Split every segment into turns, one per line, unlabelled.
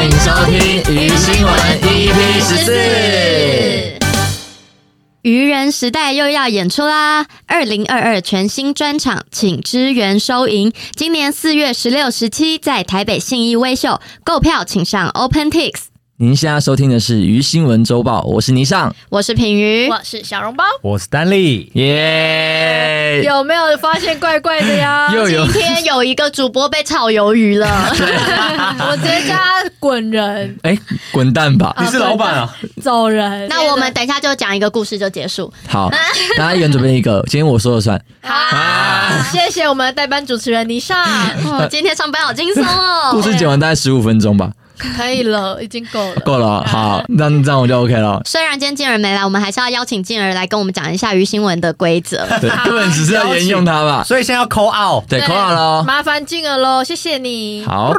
听《鱼新闻》EP 十四。
愚人时代又要演出啦！二零二二全新专场，请支援收银。今年四月十六、十七在台北信义威秀，购票请上 OpenTix。
您现在收听的是《鱼新闻周报》，我是倪尚，
我是品鱼，
我是小笼包。
我是丹利，
耶、
有没有发现怪怪的呀？
又有
今天有一个主播被炒鱿鱼 了，
我直接叫他滚人
哎，滚蛋吧！
哦
你是老板啊？
走人。
那我们等一下就讲一个故事就结束。
好，大家一人准备一个，今天我说了算。
好，谢谢我们的代班主持人倪尚，
哇，今天上班好轻松
故
哦！
事讲完大概十五分钟吧，
可以了，已经够了。
够了。好，那这样我就 OK 了。
虽然今天静儿没来，我们还是要邀请静儿来跟我们讲一下鱼新闻的规则。
对，根本只是要沿用它吧。
所以现在要扣 out。
对，扣好了哦。
麻烦静儿喽，谢谢你。
好，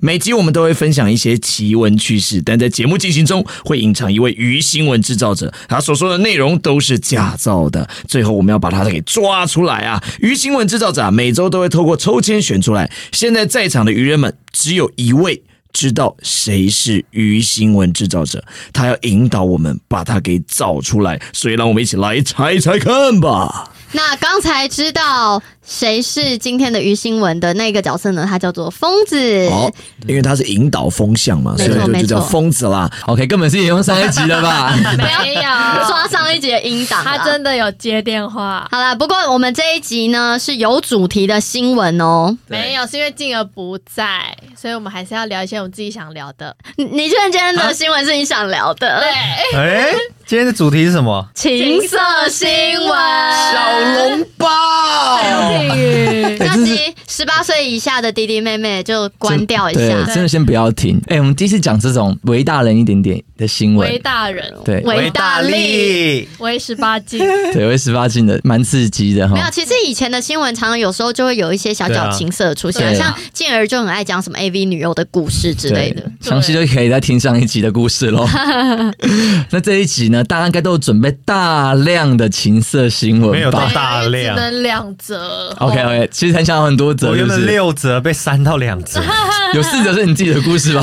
每集我们都会分享一些奇闻趣事，但在节目进行中会隐藏一位鱼新闻制造者，他所说的内容都是假造的。最后我们要把他给抓出来啊！鱼新闻制造者、啊、每周都会透过抽签选出来，现在在场的鱼人们只有一位。知道谁是鱼新闻制造者，他要引导我们把他给找出来，所以让我们一起来猜猜看吧。
那刚才知道谁是今天的鱼新闻的那个角色呢？他叫做疯子。
好、
哦
因为他是引导风向嘛，所
没
以
错
就
没
就
错
叫疯子啦。
OK，根本是沿用上一集的吧？
没有，
刷上一集的音档啦，
他真的有接电话，
好啦，不过我们这一集呢是有主题的新闻哦。
没有，是因为静儿不在，所以我们还是要聊一些我们自己想聊的。
你你确认今天的新闻是你想聊的？
对，
哎，今天的主题是什么？
情色新闻。
哎
小笼包，
哦
静宇，
那些十八岁以下的弟弟妹妹就关掉一
对哦
下，。
真的先不要停。哎、我们第一次讲这种为大人一点点的新
为
闻，
大人，
对
维大利。
力，
为十八禁，
对，为十八禁的，蛮刺激的
没有，
哈。
其实以前的新闻常常有时候就会有一些小小情色出现，
对啊
像静儿就很爱讲什么 AV 女优的故事之类的。
详细就可以再听上一集的故事喽。 那这一集呢，大家应该都有准备大量的情色新
没
闻
有
吧
到大
对
量
只能两折。
？OK OK，其实很想有很多则，
我
是
原
不
本
是？
六折被删到两折，
有四则是你自己的故事 吧？，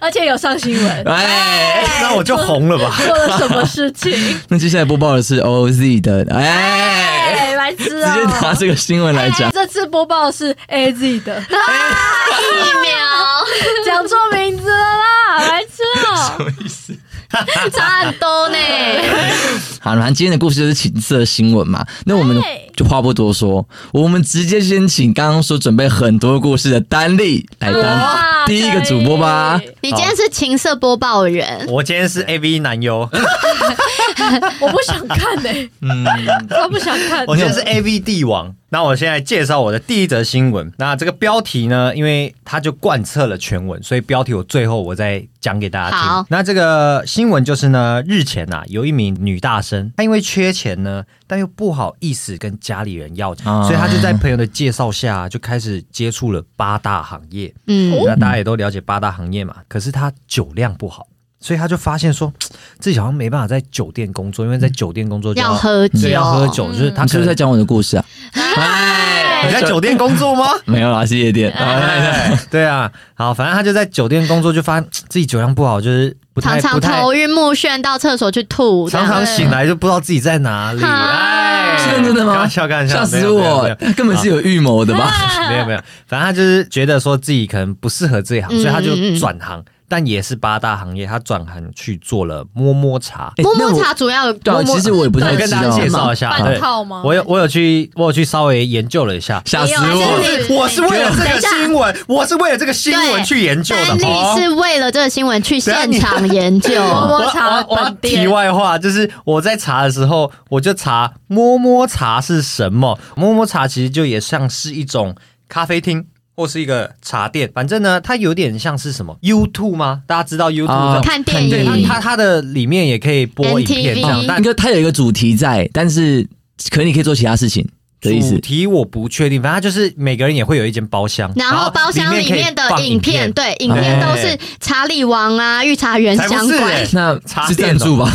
而且有上新闻
哎，
那我就红了吧？
做了什么事情？
那接下来播报的是 OZ 的，哎，
哎，白痴
直
啊！
接拿这个新闻来讲
哎。这次播报是 AZ 的，
一秒，
讲错名字了啦，白痴哦！
差很多 呢。
好，那今天的故事就是情色新闻嘛，那我们
对
就话不多说，我们直接先请刚刚说准备很多故事的丹丽来当
哇
第一个主播吧
可。以
你今天是情色播报人，
我今天是 A V 男优，
我不想看诶，他不想看。
我现在是 A V 帝王。那我现在介绍我的第一则新闻。那这个标题呢，因为它就贯彻了全文，所以标题我最后我再讲给大家
好
听。那这个新闻就是呢，日前啊，有一名女大生，她因为缺钱呢，但又不好意思跟家里人要钱，
啊
所以她就在朋友的介绍下啊、就开始接触了八大行业。
嗯，
那大家也都了解八大行业嘛，可是他酒量不好，所以他就发现说自己好像没办法在酒店工作，因为在酒店工作就
要喝酒，
对要喝酒，就是他
你是不
可能
是在讲我的故事啊？
哎你在酒店工作吗？
没有啦，是夜店。
哎 对啊，好，反正他就在酒店工作，就发现自己酒量不好，就是不
常
太
常
不太
头，晕目眩，到厕所去吐，
常常醒来就不知道自己在哪里。
啊
哎，
是真的吗
开玩笑，开玩笑，
吓
没
死
有没有没
我
有！
根本是有预谋的吧？
啊
没有没有，反正他就是觉得说自己可能不适合这一行，
嗯
所以他就转行。但也是八大行业，他转行去做了摸摸茶。
哎
摸
那
摸
我
茶主要
对啊，
摸摸
其实我也不
我
太
跟
知
大家
道。
介绍一下，
啊
半套
哦
吗？
我有我有去我有去稍微研究了一下，
吓死
没有啊
我！
是
我是为了这
等一
个
下
新闻，我是为了这个新
对
闻去研究
丹
的。哦
尼是为了这个新闻去现场研究，
摸
我
摸茶
我我要
本
题
店，
外话，就是我在查的时候，我就查摸摸茶是什么。摸摸茶其实就也像是一种咖啡厅或是一个茶店，反正呢，它有点像是什么 U Two 吗？大家知道 U Two
啊
这种，
看电
看
影嗯
电
对
影
它它它的里面也可以播影片这样
NTV，
但
应该它有一个主题在，但是可能你可以做其他事情的意
主
思。
题我不确定，反正它就是每个人也会有一间包厢，
然后包厢里
里
面
可以
的
放
影
影
片，
片，
对，影片都是查理王啊、御茶园
才
相
不是
关
欸。
哎那
插
是
电
赞助吧？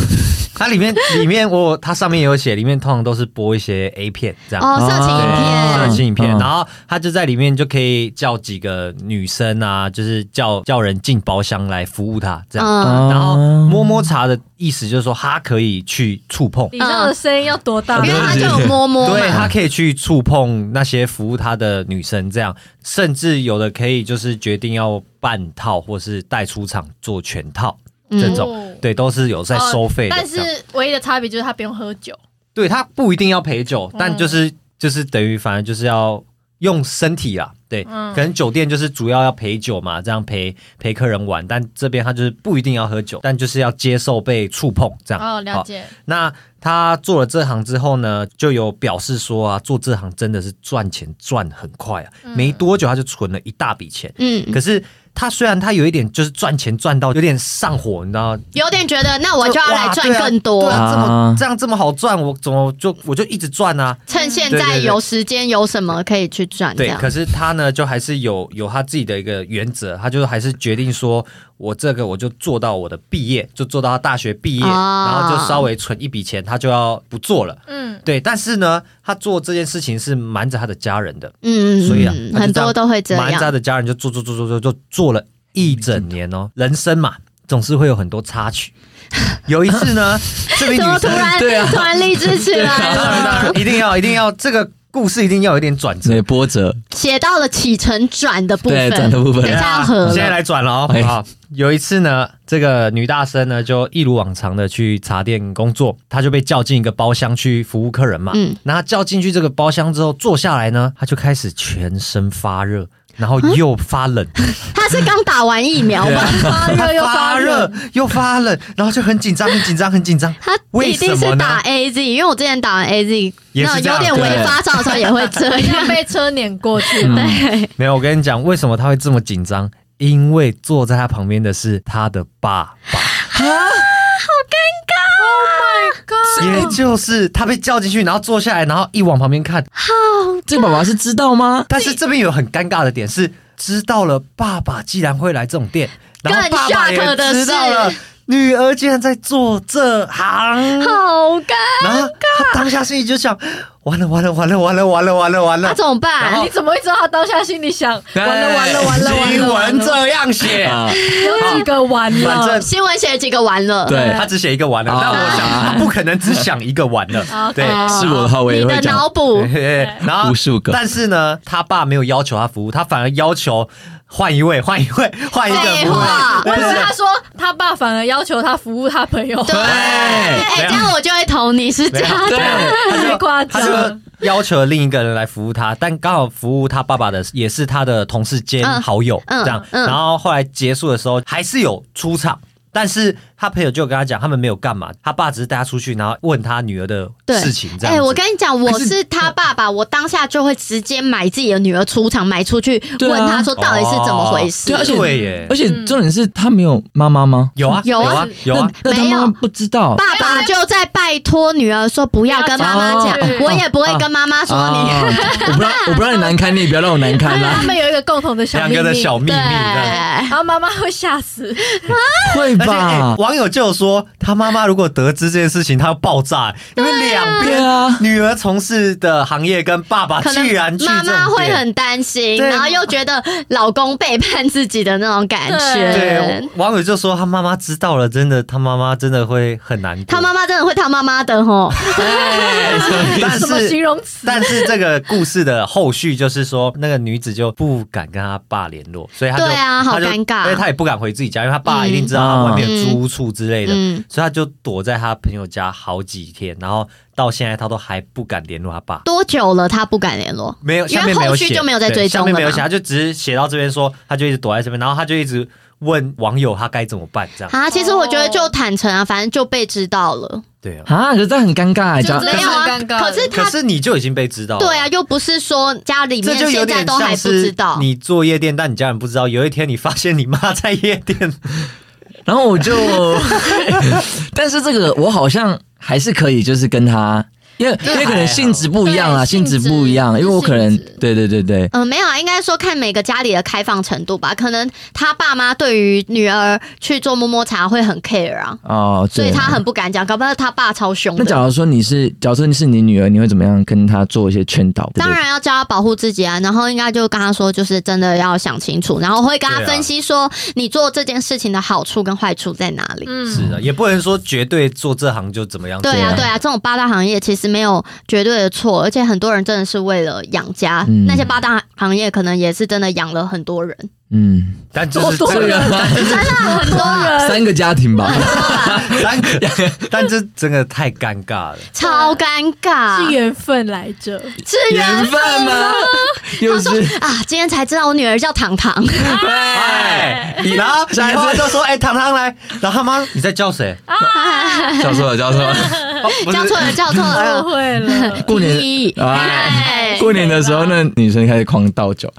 它里面里面我它上面也有写，里面通常都是播一些 A 片这样。
哦，色情影
啊
片
色情影片，
嗯
然后他就在里面就可以叫几个女生啊，就是叫叫人进包厢来服务他这样。
嗯，
啊
然后摸摸茶的意思就是说，他可以去触碰，
你这样的声音要多大？
因为它就有摸摸
对
嘛，
他可以去触碰那些服务他的女生，这样，甚至有的可以就是决定要半套或是带出场做全套这种，
嗯
对，都是有在收费的
但
这样。
是唯一的差别就是他不用喝酒，
对他不一定要陪酒，
嗯
但就是就是等于反正就是要用身体啦，对，
嗯
可能酒店就是主要要陪酒嘛，这样陪陪客人玩，但这边他就是不一定要喝酒，但就是要接受被触碰这样。
哦，了
好
解，
那他做了这行之后呢，就有表示说啊，做这行真的是赚钱赚很快啊，
嗯
没多久他就存了一大笔钱。
嗯，
可是他虽然他有一点就是赚钱赚到有点上火，你知道吗？
有点觉得那我就要来
哇
赚
对啊
更多
对，啊这么
啊
这样这么好赚，我怎么就我就一直赚啊？
趁现
对
在
对对
有时间有什么可以去赚，啊这
对，
样
可是他呢，就还是有有他自己的一个原则，他就是还是决定说，我这个我就做到我的毕业，就做到他大学毕业，
啊
然后就稍微存一笔钱，他就要不做了。
嗯，
对，但是呢，他做这件事情是瞒着他的家人的，
嗯，嗯
所以啊
嗯，
他就
很多
样
都会这
瞒着他
样，
的家人就做做做做做，就做了一整年哦。人生嘛，总是会有很多插曲。有一次 呢，这名
怎
女
么突
生
然
对啊
突然励志起来了，
一定要一定要这个故事一定要有一点转折
对，波折，
写到了起承转的部
对
分，
转的部分
等一下要合
现在
了，
来转了哦。
哎
好，有一次呢，这个女大生呢就一如往常的去茶店工作，她就被叫进一个包厢去服务客人嘛。
嗯
嗯，那她叫进去这个包厢之后，坐下来呢，她就开始全身发
啊
热，然后又发 冷，
他是刚打完疫苗吧？
啊
发热又发
发
热
热，又发冷，然后就很紧张，很紧张，很紧张。
他
为
一定
什
是
么呢
打 A Z，因为我之前打完 A Z，
也是
那
这
有
样
点微发烧的时候也会这
一 样
样。
被车碾过去，
对，
没有，我跟你讲，为什么她会这么紧张？因为坐在她旁边的是她的爸爸。
啊
也就是他被叫进去，然后坐下来，然后一往旁边看，
啊
这个爸爸是知道吗？
但是这边有很尴尬的点是，知道了爸爸既然会来这种店，然后爸爸也知道
更 shock 的
了女儿竟然在做这行，
好干，
然后他当下心里就想：完了完了完了完了完了完了完
那
了，
怎么
啊
办
你？怎么会知道他当下心里想完了啊完了完了完
新
了完
闻
了？
这样写，
啊，
有几个啊完
反
了
正？
新闻写了几个完了，
对
哎他只写一个完了
啊，
但我想他不可能只想一个完
啊
了，对。
哦
是我的话我也
你
会
的
讲
脑补
嘿，嘿然后
无数个
但是呢，他爸没有要求他服务，他反而要求换一位，换一 位，换一个
废
服务。
话
我以
对对
为
对
他说他爸反而要求他服务他朋友，
对，哎，
没有
这样我就会投你是这样，
对，
太夸
啊他
张了。
就要求另一个人来服务他，但刚好服务他爸爸的也是他的同事兼
嗯
好友，
嗯
这样。
嗯
然后后来结束的时候还是有出场，但是他朋友就有跟他讲，他们没有干嘛，他爸只是带他出去，然后问他女儿的
对
事情，这样
哎、
子。
我跟你讲，我是他爸爸，我当下就会直接买自己的女儿出场，买出去、
对啊
问他说到底是怎么回事。
对，而且
哦对耶
而且重点是他没有妈妈吗？
有啊
有
有
啊
啊有啊，
那他
没有
妈妈不知道。
爸爸就在拜托女儿说不要跟妈妈
不
讲
要
讲哦，
我也不会跟妈妈说你。
啊， 我不让我不让你难堪，你也不要让我难堪
他
啦，
们有一个共同的小
两
秘
个的
密，
小秘密
对，
这样。
然后妈妈会吓死，
会
而且、哎
吧？
网友就有说，他妈妈如果得知这件事情，他要爆炸，因为两
对
边
啊，
女儿从事的行业跟爸爸
可能
啊居然去
妈
这
妈
种
会
店
很担心，
对
然后又觉得老公背叛自己的那种感觉
对。，网友就说他妈妈知道了，真的，他妈妈真的会很难过。
他妈，妈真的会他妈妈的吼，
但
什么形
是
容词？
但是这个故事的后续就是说，那个女子就不敢跟她爸联络，所以她就
对啊好
她就
尴尬
因为她也不敢回自己家，因为她爸
嗯
一定知道她外面有
嗯
租屋处之类的，
嗯
所以她就躲在她朋友家好几天，然后到现在她都还不敢联络她爸。
多久了他不敢联络？
没有，
因为
下面没有
后续
写
就没有再
对
追踪
下面
了
没有
嘛
写，他就只是写到这边说，他就一直躲在这边，然后他就一直问网友他该怎么办，这样。
啊，其实我觉得就坦诚啊，反正就被知道了，
对啊，
啊，可是这很尴尬，
就
讲
这
没有啊
可是很尴尬
可是
可
他
是你就已经被知道了，
对啊，，又不是说家里
这
面
就有
现在
点
都还不
像
知
是
道，
你做夜店，但你家人不知道。有一天你发现你妈在夜店，
然后我就， 但是这个我好像还是可以，就是跟他，因为因为可能性质不一样
还好
啦，性质不一样，因为我可能
性质
对对对对，
嗯，没有啊，应该该说看每个家里的开放程度吧。可能他爸妈对于女儿去做摸摸茶会很 care 啊，
哦，
所以
对
他很不敢讲，搞不好他爸超凶
那
的。
假如说你是，假如说你是你女儿，你会怎么样跟她做一些劝导？对不
当
对，
然要教他保护自己啊，然后应该就跟他说，就是真的要想清楚，然后会跟他
对啊
分析说你做这件事情的好处跟坏处在哪里。
嗯，
是的，啊也不能说绝对做这行就怎么样。
对
对
啊，
啊
对啊，这种八大行业其实没有绝对的错，而且很多人真的是为了养家，
嗯
那些八大行业可能也是真的养了很多人，
嗯，
但就是
多多
这个，
很多人
三个家庭吧，
但但这真的太尴尬了。
超尴尬，
啊是缘分来着，
是
缘
缘
分 吗？又是
啊！今天才知道我女儿叫糖糖，
哎，然后
下一次
然后就说：“哎，糖糖来。”然后他妈，你在叫谁？
教授了，教授了。
哦不是
叫错了，叫错
误
了。
会 了。
过年
咦
哎
哎，
过年的时候，那女生开始狂倒酒，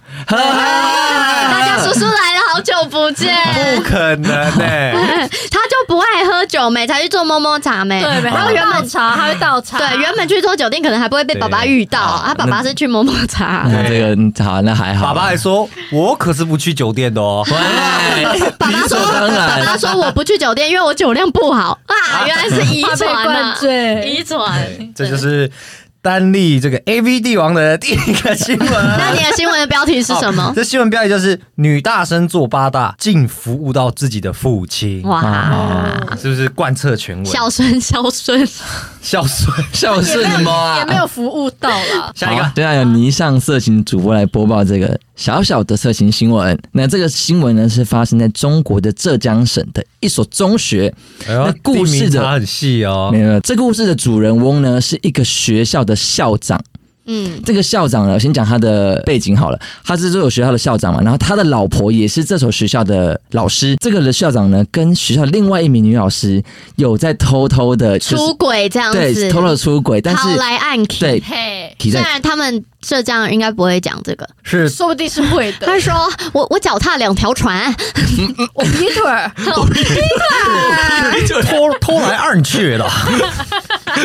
大家叔叔来了，好久不见。
不可能 哎！
他就不爱喝酒没，才去做摸摸茶没。
对，
然后
还
原
有倒
本嗯
茶，还会倒茶，
对原本去做酒店，可能还不会被爸爸遇到，他爸爸是去摸摸茶。
那这个好，那还好。
啊爸爸还说：“我可是不去酒店的 哦。”
哎，
爸爸
理
说
所：“当
爸爸
然，
说我不去酒店，因为我酒量不好啊，原来是遗
怕被
传
灌
啊，
醉。
遗传。
对这就是丹立这个 A V 帝王的第一个新 闻。
那你的新闻的标题是什
好
么？
哦
这新闻标题就是“女大生做八大，竟服务到自己的父亲”，
哇，
是不是贯彻全文？
孝顺孝顺。
孝顺。，
孝顺什么
也
啊
没？有服务到啦
下一个
好，对啊，有霓上色情主播来播报这个小小的色情新闻。那这个新闻呢，是发生在中国的浙江省的一所中学。
哎呦
那故事的
地名差很细哦
没。有没有，这故事的主人翁呢，是一个学校的校长。
嗯，
这个校长呢，先讲他的背景好了，他是这所学校的校长嘛，然后他的老婆也是这所学校的老师。这个的校长呢，跟学校另外一名女老师有在偷偷的、就是
出轨这样子，
对偷偷的出轨，但
好
是
来暗器。
对
嘿，
提
虽
在
然他们浙江应该不会讲这个，
是
说不定是会的。
他说我我脚踏两条
啊
船，
我劈腿儿，
偷偷来暗去的，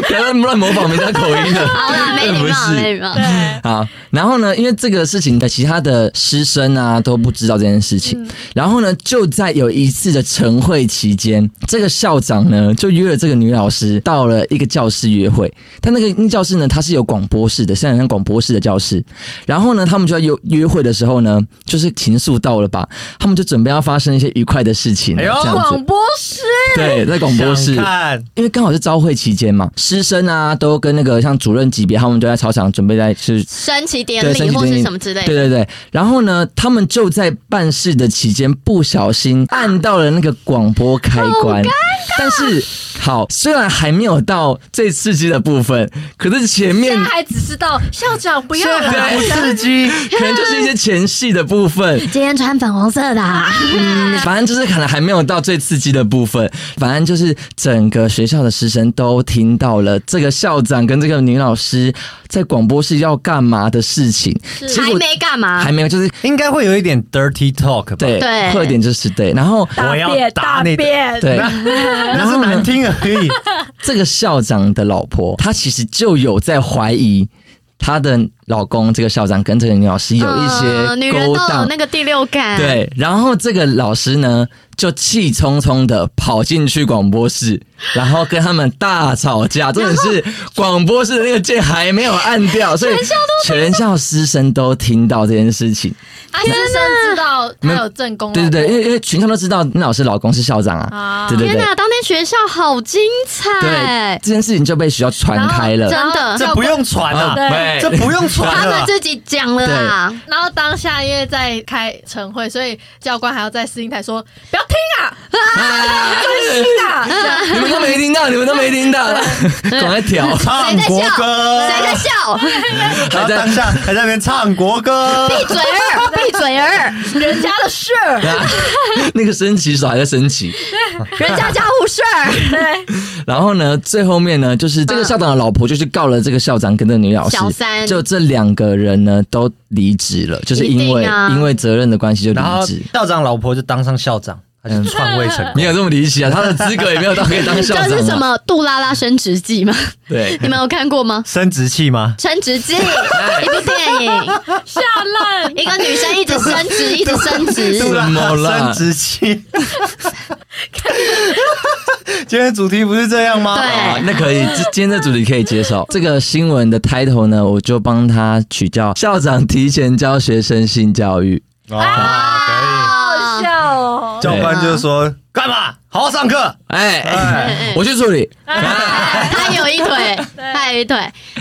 不要乱模仿人家口音的。
好啦，啊没礼
不
貌，
是
没礼貌。
对，
好，然后呢，因为这个事情的其他的师生啊都不知道这件事情，然后呢，就在有一次的晨会期间，这个校长呢就约了这个女老师到了一个教室约会，但那个那教室呢它是有广播室的，现在像广播室的教室，然后呢，他们就在约约会的时候呢，就是情愫到了吧，他们就准备要发生一些愉快的事情了，啊
哎呦
这样子
广，播师
对，在广播室
想，看
因为刚好是招会期间嘛，师生啊都跟那个像主任级别，他们都在操场准备在去
升旗典
对
礼
升旗
或
典
是
礼
什么之类
对
的，
对对，然后呢，他们就在办事的期间不小心按到了那个广播开关，但是好，虽然还没有到最刺激的部分，可是前面
现在还只知道校长不要
现在
来，
刺激，可能就是一些前戏的部分。
今天穿粉红色的啊，
嗯，反正就是可能还没有到最刺激的部分，反正就是整个学校的师生都听到了这个校长跟这个女老师在广播室要干嘛的事情，结
还
果
没干嘛
还，没有，就是
应该会有一点 dirty talk 吧？
对，
啊对
特点就是对，然 后
我要
便
打
大
你的
便，
对，
那是难听而已。
这个校长的老婆，她其实就有在怀疑她的老公，这个校长跟这个女老师有一
嗯
些
女人
勾
都有
当。
那个第六感，，
对，然后这个老师呢，就气冲冲的跑进去广播室， 然后跟他们大吵架。真的是广播室的那个键还没有按掉，所以全校师生都听到这件事情。
他师生知道他有正宫，
对对对，因为因为全校都知道那老师老公是校长啊，
啊
对对
天
对，
哪，当天学校好精彩
对，，这件事情就被学校传开
真
了。
然后
的，
这不用传啊，
对
对
这不用传
他们
啊。
自己讲了啦，
然后当下因为在开晨会，所以教官还要在司令台说不要听 啊，听啊，这样
你们都没听到，你们都没听到，赶快调，
唱国歌，
谁在笑？
然
还
后
在
当下还在那边唱国歌，
闭嘴儿，闭嘴儿，
人家的事儿，
那个升旗手还在升旗。
人家家务事儿。
对，
然后呢，最后面呢，就是这个校长的老婆就去告了这个校长跟这个女老师，
小三
就这两个人呢都离职了，就是因
一
为、
定啊
因为责任的关系就
然后
离职。
校长老婆就当上校长，他就篡位成功。
没有这么离奇啊，他的资格也没有到可以当校长、啊。
这是什？么杜拉拉升职记 吗？
对，
你们有看过吗？
生殖器吗？
升职 记，
哎
一部电影，
下烂，
一个女生一直升职，一直升
杜
职
拉。什么啦
生殖器。今天的主题不是这样吗？
啊，
对，
那可以，这今天这主题可以接受。这个新闻的 title 呢，我就帮他取叫“校长提前教学生性教育
啊，
好笑哦
哦可以。。教官就说干嘛？好好上课。”。
哎，
哎，
我去处理。
他有一腿，他有一腿。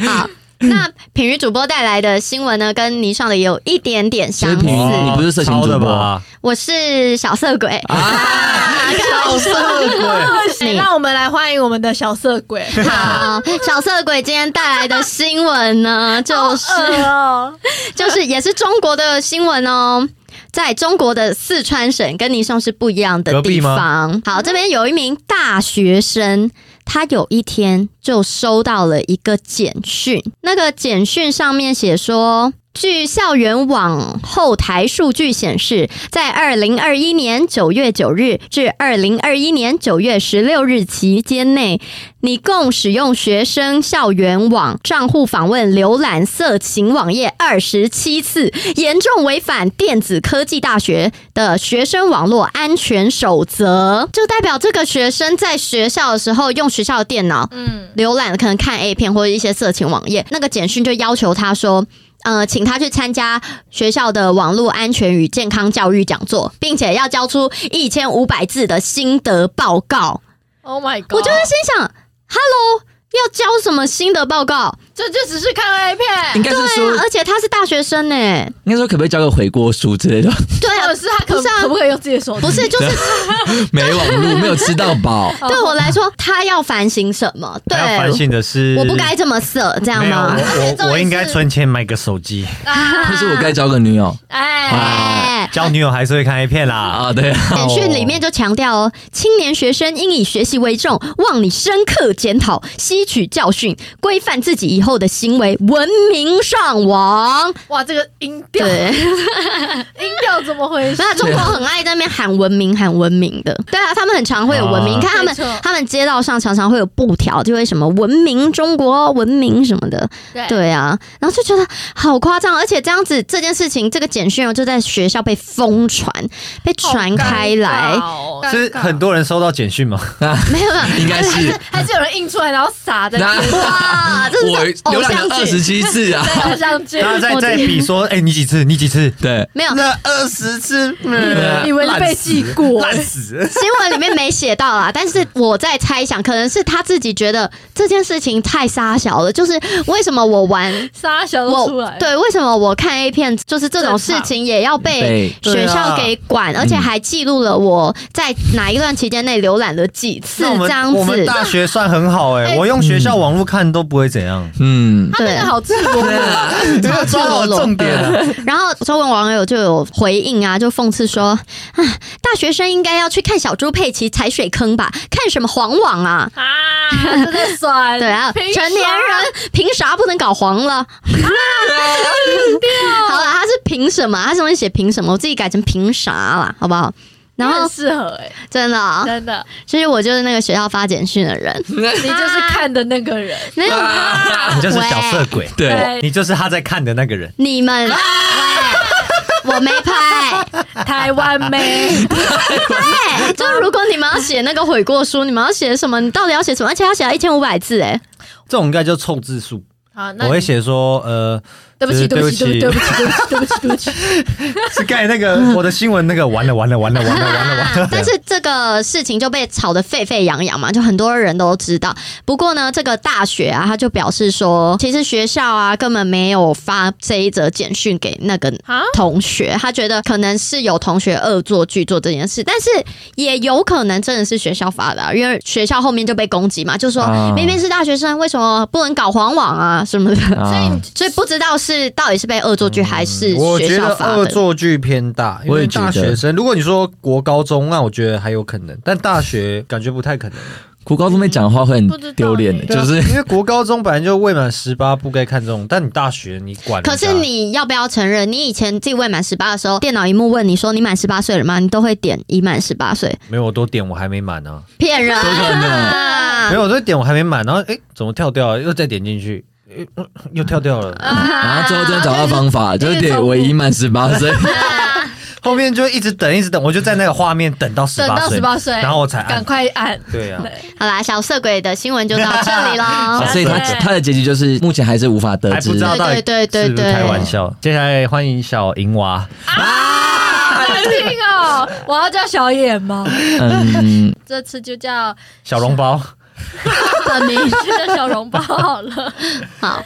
好，那品瑜主播带来的新闻呢，跟霓裳的也有一点点相
所以品瑜
似。
你不是色情
抄的
主播
吧？
我是小色鬼，
啊好色鬼，
你
让我们来欢迎我们的小色鬼，
好，小色鬼今天带来的新闻呢，就是啊
哦，
就是也是中国的新闻哦。在中国的四川省跟尼宋是不一样的
隔
地
壁吗
方。好，这边有一名大学生，他有一天就收到了一个简讯，那个简讯上面写说。据校园网后台数据显示，在二零二一年九月九日至二零二一年九月十六日期间内，你共使用学生校园网账户访问浏览色情网页二十七次，严重违反电子科技大学的学生网络安全守则，就代表这个学生在学校的时候用学校的电脑
嗯，
浏览可能看 A 片或者一些色情网页，那个简讯就要求他说。呃，请他去参加学校的网络安全与健康教育讲座，并且要交出一千五百字的心得报告。
Oh my god！
我就会心想，Hello，要交什么新的报告？
这就只是看 A 片
应，该是
对
说
啊，，而且他是大学生呢。
应该说可不可以交个悔过书之类的？
对
或
啊
者，是他可
不是啊
可不可以用自己的手机？
不是，就是
没网路，没有吃到饱。
啊哦
对我来说，他要反省什么？对
还要，反省的是，
我不该这么色，这样
没有，
吗？
我
重点
我我应该
是
存钱买个手机，
可是我该交个女友
啊
哎，
哎。
交女友还是会看 A 片啦。
啊，对啊，
简讯里面就强调哦，青年学生应以学习为重，望你深刻检讨，吸取教训，规范自己以后的行为，文明上网。
哇，这个音调，
对。
音调怎么回事？
那中国很爱在那边喊文明，喊文明的。对啊，他们很常会有文明，
啊
你看他
哦没错
们，他们街道上常常会有布条，就会什么文明中国、文明什么的。
对
对啊，然后就觉得好夸张，而且这样子这件事情，这个简讯哦就在学校被疯传，被传开来，
好尴尬 哦
是很多人收到简讯吗？
没有没有。
应该是。
还是有人印出来，然后撒在
那
哇，啊这
我
是偶
浏览
像
了二
剧
十，七次啊，
偶像剧，
大家在
我
在 比说，哎，你几次？你几次？
对，
没
啊
有
那二十次，
嗯
以为是被记过，
烂死。
新闻里面没写到啦，但是我在猜想，可能是他自己觉得这件事情太沙小了，就是为什么我玩
沙小都出
我
来，，
对，为什么我看 A 片就是这种事情也要被
被嗯
学
啊
校给管，而且还记录了我在哪一段期间内浏览了几次
那我
这样
们我们
子。
大学算很好哎，
哎
我用学校网络看都不会怎样。
嗯，啊
他那个好赤裸裸，
你没有抓到我重点啊，
然后中文网友就有回应啊，就讽刺说：“啊，大学生应该要去看小猪佩奇踩水坑吧，看什么黄网啊？
啊，真的酸。
对啊，
哎凭
成年
啥
人凭啥不能搞黄 了？好了，他是凭什么？他上面写凭什么？我自己改成凭啥啦，好不好？然
你
后
很适合哎，
真的啊、
真的，
其实我就是那个学校发简讯的人，
你就是看的那个人，
没有
你就是小色鬼，
对，
哎
你就是他在看的那个人。
你们，喂我没拍。
台湾妹，
对，就如果你们要写那个悔过书，你们要写什么？你到底要写什么？而且要写到一千五百字，哎，
这种应该叫凑字数。
好，那
我会写说，呃，
对不起，对
对
不
不
起，
起
对不起，对不起， 对不起，对不起，
是盖那 个我的新闻那个，完了完了完了完了完了完了。
啊但是这个事情就被吵得沸沸扬扬嘛，就很多人都知道。不过呢，这个大学啊，他就表示说，其实学校啊根本没有发这一则简讯给那个
啊
同学，他觉得可能是有同学恶作剧做这件事，但是也有可能真的是学校发的啊、因为学校后面就被攻击嘛，就说、
啊
明明是大学生，为什么不能搞黄网啊什么的。
所
以你
所以不知道是到底是被恶作剧还是
嗯我
学
觉
校
得
发
恶
的，
作剧偏大，因
我也
为
觉得
大学生，如果你说国高中，那我觉得还有可能，但大学感觉不太可能。
国高中被讲话会
不知
很
道
丢脸的，
欸
对
就
啊
是
因 为国高中本来就未满十八不该看这种，但你大学你管人家？
可是你要不要承认，你以前自己未满十八的时候，电脑荧幕问你说你满十八岁了吗？你都会点已满十八岁，
没有我都点我还没满呢、
骗人！
不可能
啊，
啊
没有我都点我还没满，然后哎怎么跳掉了？又再点进去，诶嗯又跳掉了，
啊
然后啊最后真的找到方 法，就是点我已满十八岁，哦
后面就一直等一直等，我就在那个画面等到十
等
八
到
岁，
十八岁，
然后我才
赶
按。
快按。
对啊，
好啦，小色鬼的新闻就到这里
好
喽。
所以他
对
他的结局就是目前还是无法得
还
知
不知。道到底
对对对
是不是
对
开玩笑。接下来欢迎小银娃，
难听哦！我要叫小野猫，
嗯，
这次就叫
小笼包，
本名就叫小笼包好了。
好，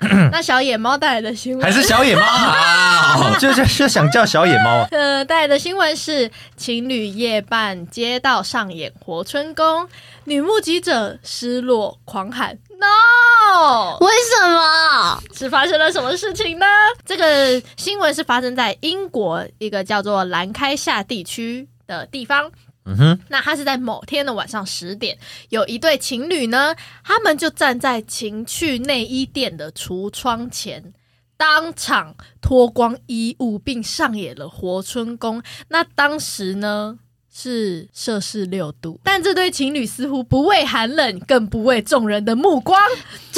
嗯
那小野猫带来的新闻
还是小野猫啊？ 就就就想叫小野猫 啊。
呃，带来的新闻是情侣夜半街道上演活春宫，女目击者失落狂喊 “no”。
为什么？
是发生了什么事情呢？这个新闻是发生在英国一个叫做兰开夏地区的地方。
嗯哼，
那它是在某天的晚上十点，有一对情侣呢，他们就站在情趣内衣店的橱窗前，当场脱光衣物，并上演了活春宫。那当时呢？是摄氏六度，但这对情侣似乎不畏寒冷，更不畏众人的目光。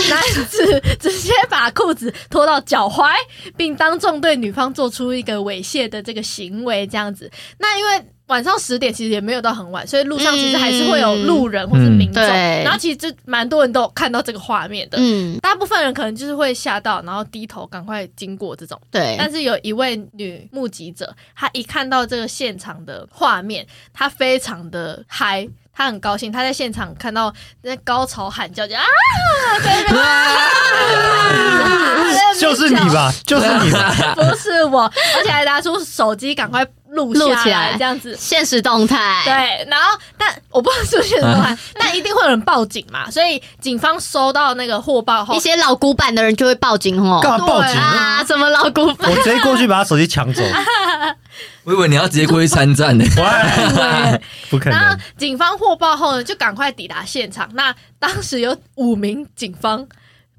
男子 直接把裤子脱到脚踝，并当众对女方做出一个猥亵的这个行为，这样子。那因为晚上十点其实也没有到很晚，所以路上其实还是会有路人或是民众，
嗯对
然后其实就蛮多人都有看到这个画面的。
嗯，
大部分人可能就是会吓到，然后低头赶快经过这种。
对，
但是有一位女目击者，她一看到这个现场的画面，她非常的嗨，她很高兴，她在现场看到在高潮喊叫，就啊，在那边啊，
就是你
吧？
吧，就是你吧。
不是我，而且还拿出手机赶快录
录
下
起来
来，这样子。
现实动态，
对，然后但我不知道是不是现实动
啊
态，但一定会有人报警嘛，所以警方收到那个获报后
一，些老古板的人就会报警哦。
干嘛报 警呢？
啊，什么老古板？
我直接过去把他手机抢 走。
我以为你要直接过去参战呢。
喂， 不可
然
能
后！警方获报后呢，就赶快抵达现场。那当时有五名警方，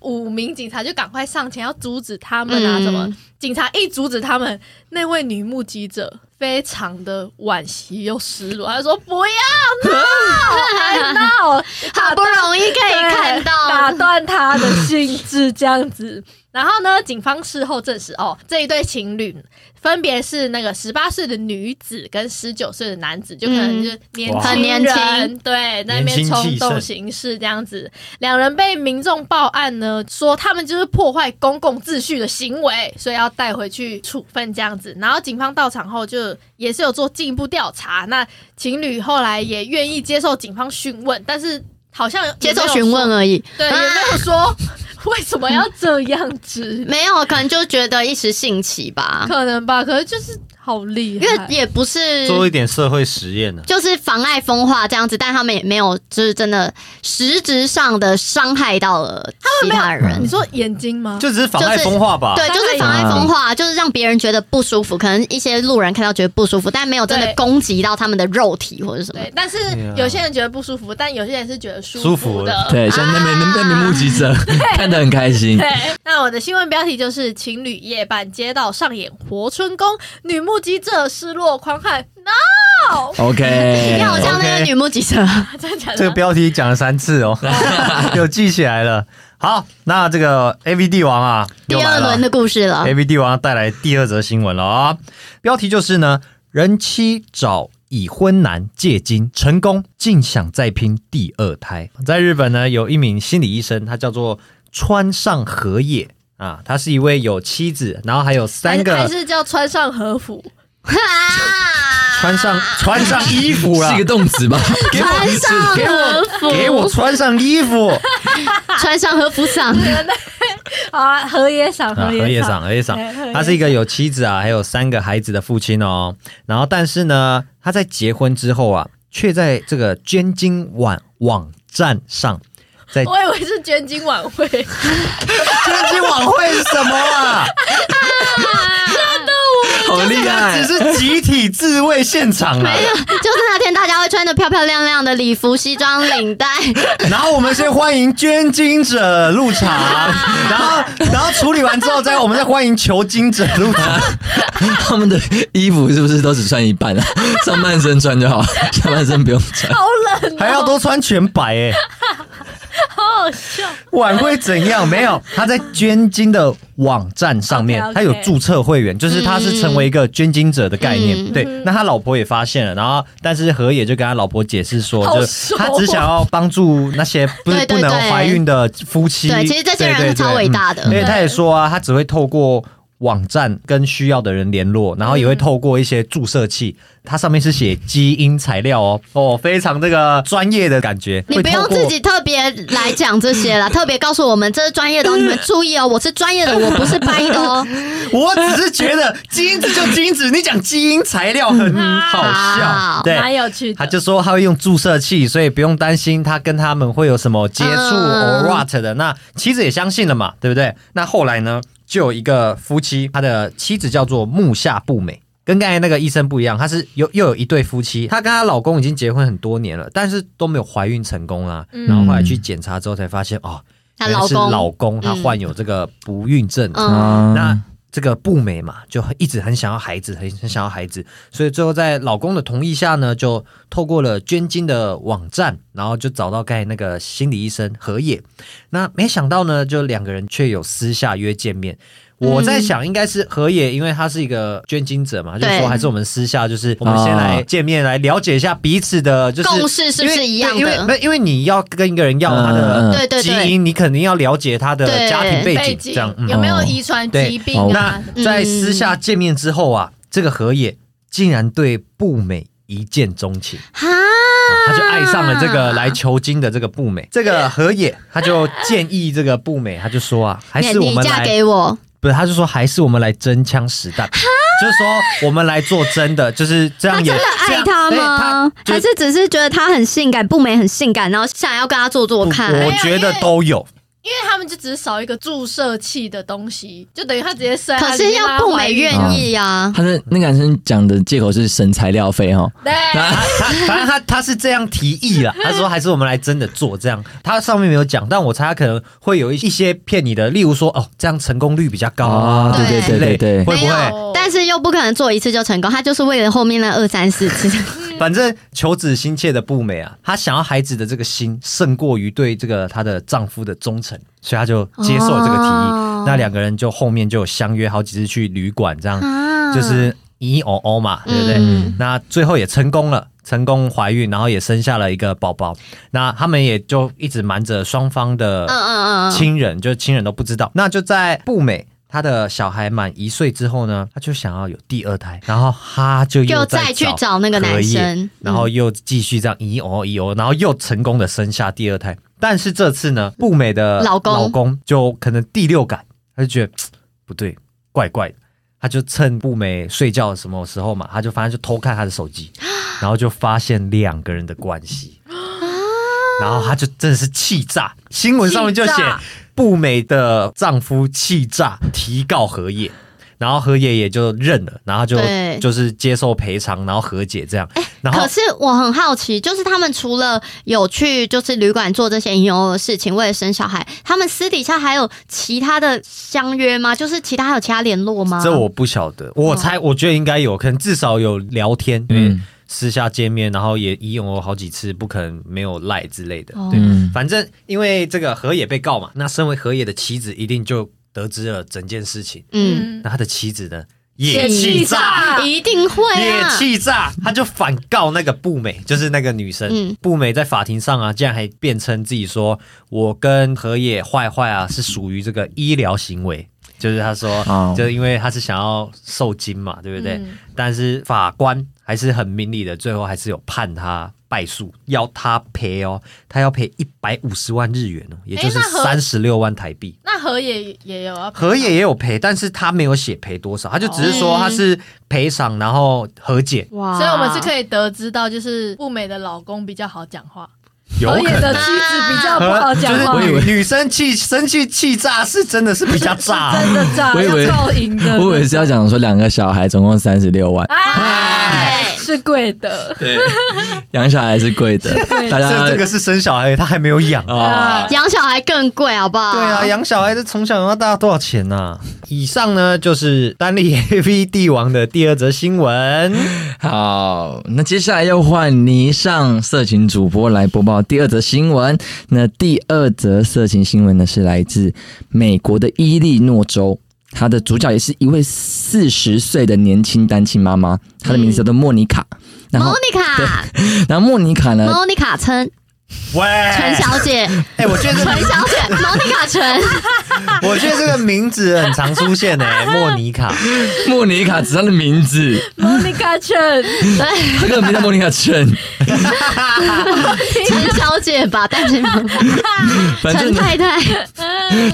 五名警察就赶快上前要阻止他们啊，
嗯
什么？警察一阻止他们，那位女目击者非常的惋惜又失落，她说：“不要闹，还 闹，
好不容易可以看
打
到，
断他的兴致这样子。 然后呢，警方事后证实，哦，这一对情侣分别是那个十八岁的女子跟十九岁的男子，就可能就是年轻人，
哇
很年轻
对，在那
年
边
轻气
冲
盛
动行事这样子。两人被民众报案呢，说他们就是破坏公共秩序的行为，所以要带回去处分这样子。然后警方到场后，就也是有做进一步调查。那情侣后来也愿意接受警方询问，但是好像也
接受
没有
询问
说，
而已。
对，也
啊
没有说为什么要这样 子，
没有，可能就觉得一时兴起吧，
可能吧？可是就是好厉
因
害，
为也不是
做一点社会实验啊呢。
就是妨碍风化这样子，但他们也没有就是真的实质上的伤害到了其他
你
嗯
人。
说眼睛吗？
就只是妨碍风化吧。
对，就是妨碍风化，就是让别人觉得不舒服，可能一些路人看到觉得不舒服，但没有真的
对
攻击到他们的肉体或者什么。
对，但是
呀
有些人觉得不舒服，但有些人是觉得舒
舒
服
服
的。
对，像那
啊
名那名目击者看得很开心。
对，那我的新闻标题就是“情侣夜半街道上演活春宫，女目击者失落狂喊 no”，
OK，
要我像那个
OK
女目击者，
啊真的假的？
这个标题讲了三 次哦，有记起来了。好，那这个 A V 帝王啊，
第二轮的故事了
A。V 帝王带来第二则新闻了啊、标题就是呢，人妻找。已婚男借精成功，竟想再拼第二胎。在日本呢，有一名心理医生，他叫做川上和也啊，他是一位有妻子，然后还有三个
还是还是叫穿上和服，
穿上穿上衣服啦
是一个，动词吧？
给我
穿上和服，
给我穿上衣服。
穿上和服上，
好啊，和也赏，
啊，
也
野赏，河野赏
对河野，
他是一个有妻子啊，还有三个孩子的父亲哦。然后，但是呢，他在结婚之后啊，却在这个捐精网网站 上，在
我以为是捐精晚 会，
捐精晚会是什么啊？
好厉起来
只。是集体自卫现场啊！
就是那天大家会穿的漂漂亮亮的礼服、西装、领带，
然后我们先欢迎捐精者入场，然后然后处理完之后再我们再欢迎求精者入场。
他们的衣服是不是都只穿一半啊？ 上半身穿就好， 下半身不用穿。
好冷、哦，
还要多穿全 白哎、
好好笑。
晚会怎样？没有，他在捐精的网站上面，
OK，OK
他有注册会员，就是他是成为一个捐精者的概
嗯
念。对，那他老婆也发现了，然后但是何野就跟他老婆解释说，
好
就是
熟
他只想要帮助那些不是
对对
不能
对
怀孕的夫妻。
对其实这些人
对对
是超
对
伟
嗯
大的
而且
对
他也说啊，他只会透过。网站跟需要的人联络，然后也会透过一些注射器，它上面是写基因材料哦，哦，非常这个专业的感觉。
你不
会
用
透过
自己特别来讲这些 啦，特别告诉我们这是专业的哦，你们注意哦，我是专业的，我不是掰的 哦。
我只是觉得基因子就基因子，你讲基因材料很好笑， 对。
哎
蛮有趣的。
他就说他会用注射器，所以不用担心他跟他们会有什么接触
嗯
or what 的。那妻子也相信了嘛，对不对？那后来呢，就有一个夫妻，他的妻子叫做木下不美，跟刚才那个医生不一样，他是有又有一对夫妻，她跟她老公已经结婚很多年了，但是都没有怀孕成功啊。然后后来去检查之后才发现，哦，
嗯她
原来是
老公
老公啊他
嗯
患有这个不孕症，
嗯
那这个不美嘛，就一直很想要孩子，很很想要孩子，所以最后在老公的同意下呢，就透过了捐精的网站，然后就找到刚才那个心理医生何野。那没想到呢，就两个人却有私下约见面。我在想，应该是何野，因为他是一个捐精者嘛，就是
对
说还是我们私下，就是我们先来见面，来了解一下彼此的，就是
共识是不是
因为
一样的
因为没有因为你要跟一个人要他
嗯嗯
的
对对
基
对
因，你肯定要了解他的
对
家庭背
背
景，这样。嗯哦
有没有遗传疾病
对
啊？
那在私
嗯
下见面之后啊，这个河野竟然对步美一见钟情，
哈
啊，他就爱上了这个来求经的这个步美。这个河野他就建议这个步美，他就说啊，还是我
你
们
嫁
来，
给我，
不是，他就说还是我们来真枪实弹，就是说我们来做真的，就是这样
他
也
真的
这
爱
样
他
对
吗？
就
还是只是觉得他很性感，不美很性感，然后想要跟他做做看？哎
我觉得都有。
因为他们就只是少一个注射器的东西，就等于他直接塞。
可是要不美愿
意，
意啊，
他的那个男生讲的借口是省材料费哈，
对，
他他反正他他是这样提议啦，他说还是我们来真的做这样。他上面没有讲，但我猜他可能会有一一些骗你的，例如说哦，这样成功率比较高啊，
哦
对
对
之
对
类
对对
会不啊
没
会？
有，但是又不可能做一次就成功，他就是为了后面那二三四次。
反正求子心切的步美啊，她想要孩子的这个心胜过于对这个她的丈夫的忠诚，所以她就接受了这个提议。
哦
那两个人就后面就有相约好几次去旅馆这样。
啊
就是一哦哦嘛，对不对？
嗯
那最后也成功了，成功怀孕，然后也生下了一个宝宝。那他们也就一直瞒着双方的
嗯嗯嗯嗯，
亲人，就是亲人都不知道。那就在步美。他的小孩满一岁之后呢，他就想要有第二胎，然后他就又
又再去找那个男
荷叶
生嗯
然后又继续这样一哦一哦，然后又成功的生下第二胎。但是这次呢，步美的
老公
老公就可能第六感，他就觉得嘖嗯不对，怪怪的。他就趁步美睡觉什么时候嘛，他就反正就偷看她的 手机，然后就发现两个人的关系，
啊
然后他就真的是气炸，新闻上面就写
气炸
步美的丈夫气炸提告河野，然后河野也就认了，然后就
对哎
就是接受赔偿，然后和解这样，然后
可是我很好奇，就是他们除了有去就是旅馆做这些引诱的事情，为了生小孩，他们私底下还有其他的相约吗？就是其他还有其他联络吗？
这我不晓得，我猜
嗯
我觉得应该有，可能至少有聊天，因为私下见面，然后也一有好几次，不可能没有赖之类
哦
的。对，
嗯，
反正因为这个河野被告嘛，那身为河野的妻子一定就得知了整件事情，
嗯，
那他的妻子呢
也
气
气
炸
炸。
一定会
也
啊。
气炸，他就反告那个步美，就是那个女生。
嗯
步美在法庭上啊，竟然还辩称自己说，我跟河野坏坏啊是属于这个医疗行为，就是他说，
哦
就是因为他是想要受精嘛，对不对？
嗯
但是法官还是很明理的，最后还是有判他。败诉要他赔哦，他要赔一百五十万日元哦，也就是
那河
三十六万台币。
那河也也有啊，
河野也有赔，但是他没有写赔多少，他就只是说他是赔偿，然后和解。
哇
所以我们是可
以
以得知到，就是物美的老公比较好讲话，
有
河野
可
的
能
妻子 比较不好
就
讲 话，
是女女生气生气气炸是真的是比较 炸，
真的炸，
我以为
要照赢
啊
的，
啊我以为是要讲说两个小孩总共三十六万，
哎是贵的，
对， 养小孩是贵 的，大家
这这个是生小孩，他还没有养啊。
啊，
养小孩更贵，好不好？
对啊，养小孩这从小养到大多少钱呐、以上呢就是单立 A V 帝王的第二则新闻。
好，那接下来要换泥上色情主播来播报第二则新闻。那第二则色情新闻呢，是来自美国的伊利诺州，它的主角也是一位四十岁的年轻单亲妈妈，她的名字叫做莫妮卡。然后，
，Monica，Monica
然后莫妮卡呢，
陈
喂，
陈小姐，
哎、我觉得这
陈
个
小姐，Monica 陈，
我觉得这个名字很常出现 哎、
啊
莫妮卡。
莫妮卡只是她的名字，
Monica Chen，
她根本没叫莫妮卡 称，
陈小姐吧，但是
反
陈
正
太太， 啊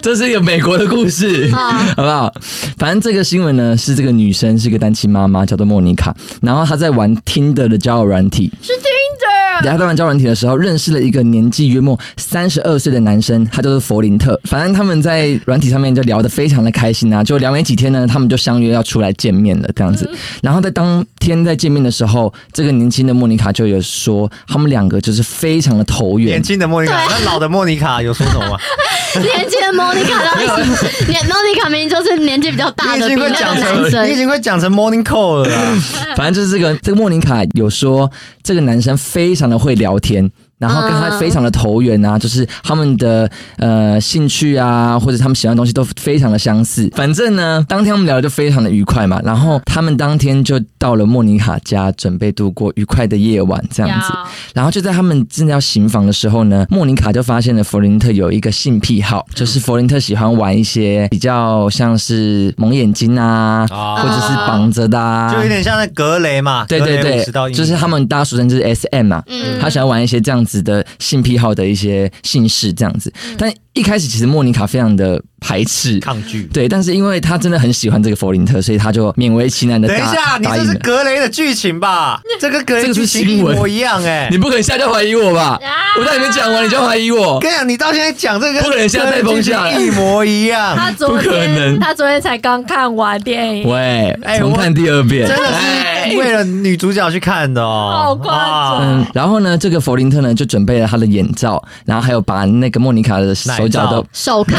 这是一个美国的故事，
哦
好不好？反正这个新闻呢，是这个女生是个单亲妈妈，叫做莫妮卡，然后她在玩 Tinder 的交友软体，是 Tinder。她在玩交友软体的时候，认识了一个年纪约莫三十二岁的男生，他就是弗林特。反正他们在软体上面就聊得非常的开心啊，就聊没几天呢，他们就相约要出来见面了，这样子。然后在当天在见面的时候，这个年轻的莫妮卡就有说，他们两个就是非常的投缘
年，轻的莫
啊
妮卡，那老的莫妮卡有说什么吗？
年纪的 Monica 到底是，年 Monica 明明就是年纪比较 大
你已
的，比
经会
那个
讲
男
成，你已
生
经会讲成 morning call 了啦。
反正就是这个这个莫妮卡有说，这个男生非常的会聊天。然后跟他非常的投缘啊，就是他们的呃兴趣啊，或者他们喜欢的东西都非常的相似。反正呢，当天我们聊的就非常的愉快嘛，然后他们当天就到了莫妮卡家，准备度过愉快的夜晚这样子。然后就在他们正要行房的时候呢，莫妮卡就发现了弗林特有一个性癖好，就是弗林特喜欢玩一些比较像是蒙眼睛啊，
啊
或者是绑着的、啊，
就有点像那格雷嘛，
对对
格雷五十道
对，
阴
就是他们大家俗称就是 S M 嘛、
嗯
他喜欢玩一些这样子的性癖好的一些性事这样子。但一开始其实莫妮卡非常的排斥，
抗拒。
对，但是因为她真的很喜欢这个弗林特，所以她就勉为其难的
等一
答
下，你
答
这
应
是
了。
格雷的剧 情吧？这跟格雷剧情一模一样哎、
你不可能现在就怀疑我吧？我在你面讲完你就怀疑我
我，跟你讲，你到现在讲这个，
不可能现在被封下来
一模一样
他。昨
不可
天
能
他昨天才刚看完电影，
喂
哎，
重看第二遍哎
真。的是为了女主角去看的
哎
哦，
好夸张
啊
嗯，然后呢，这个弗林特呢就准备了他的眼罩，然后还有把那个莫妮卡的手脚都
手铐，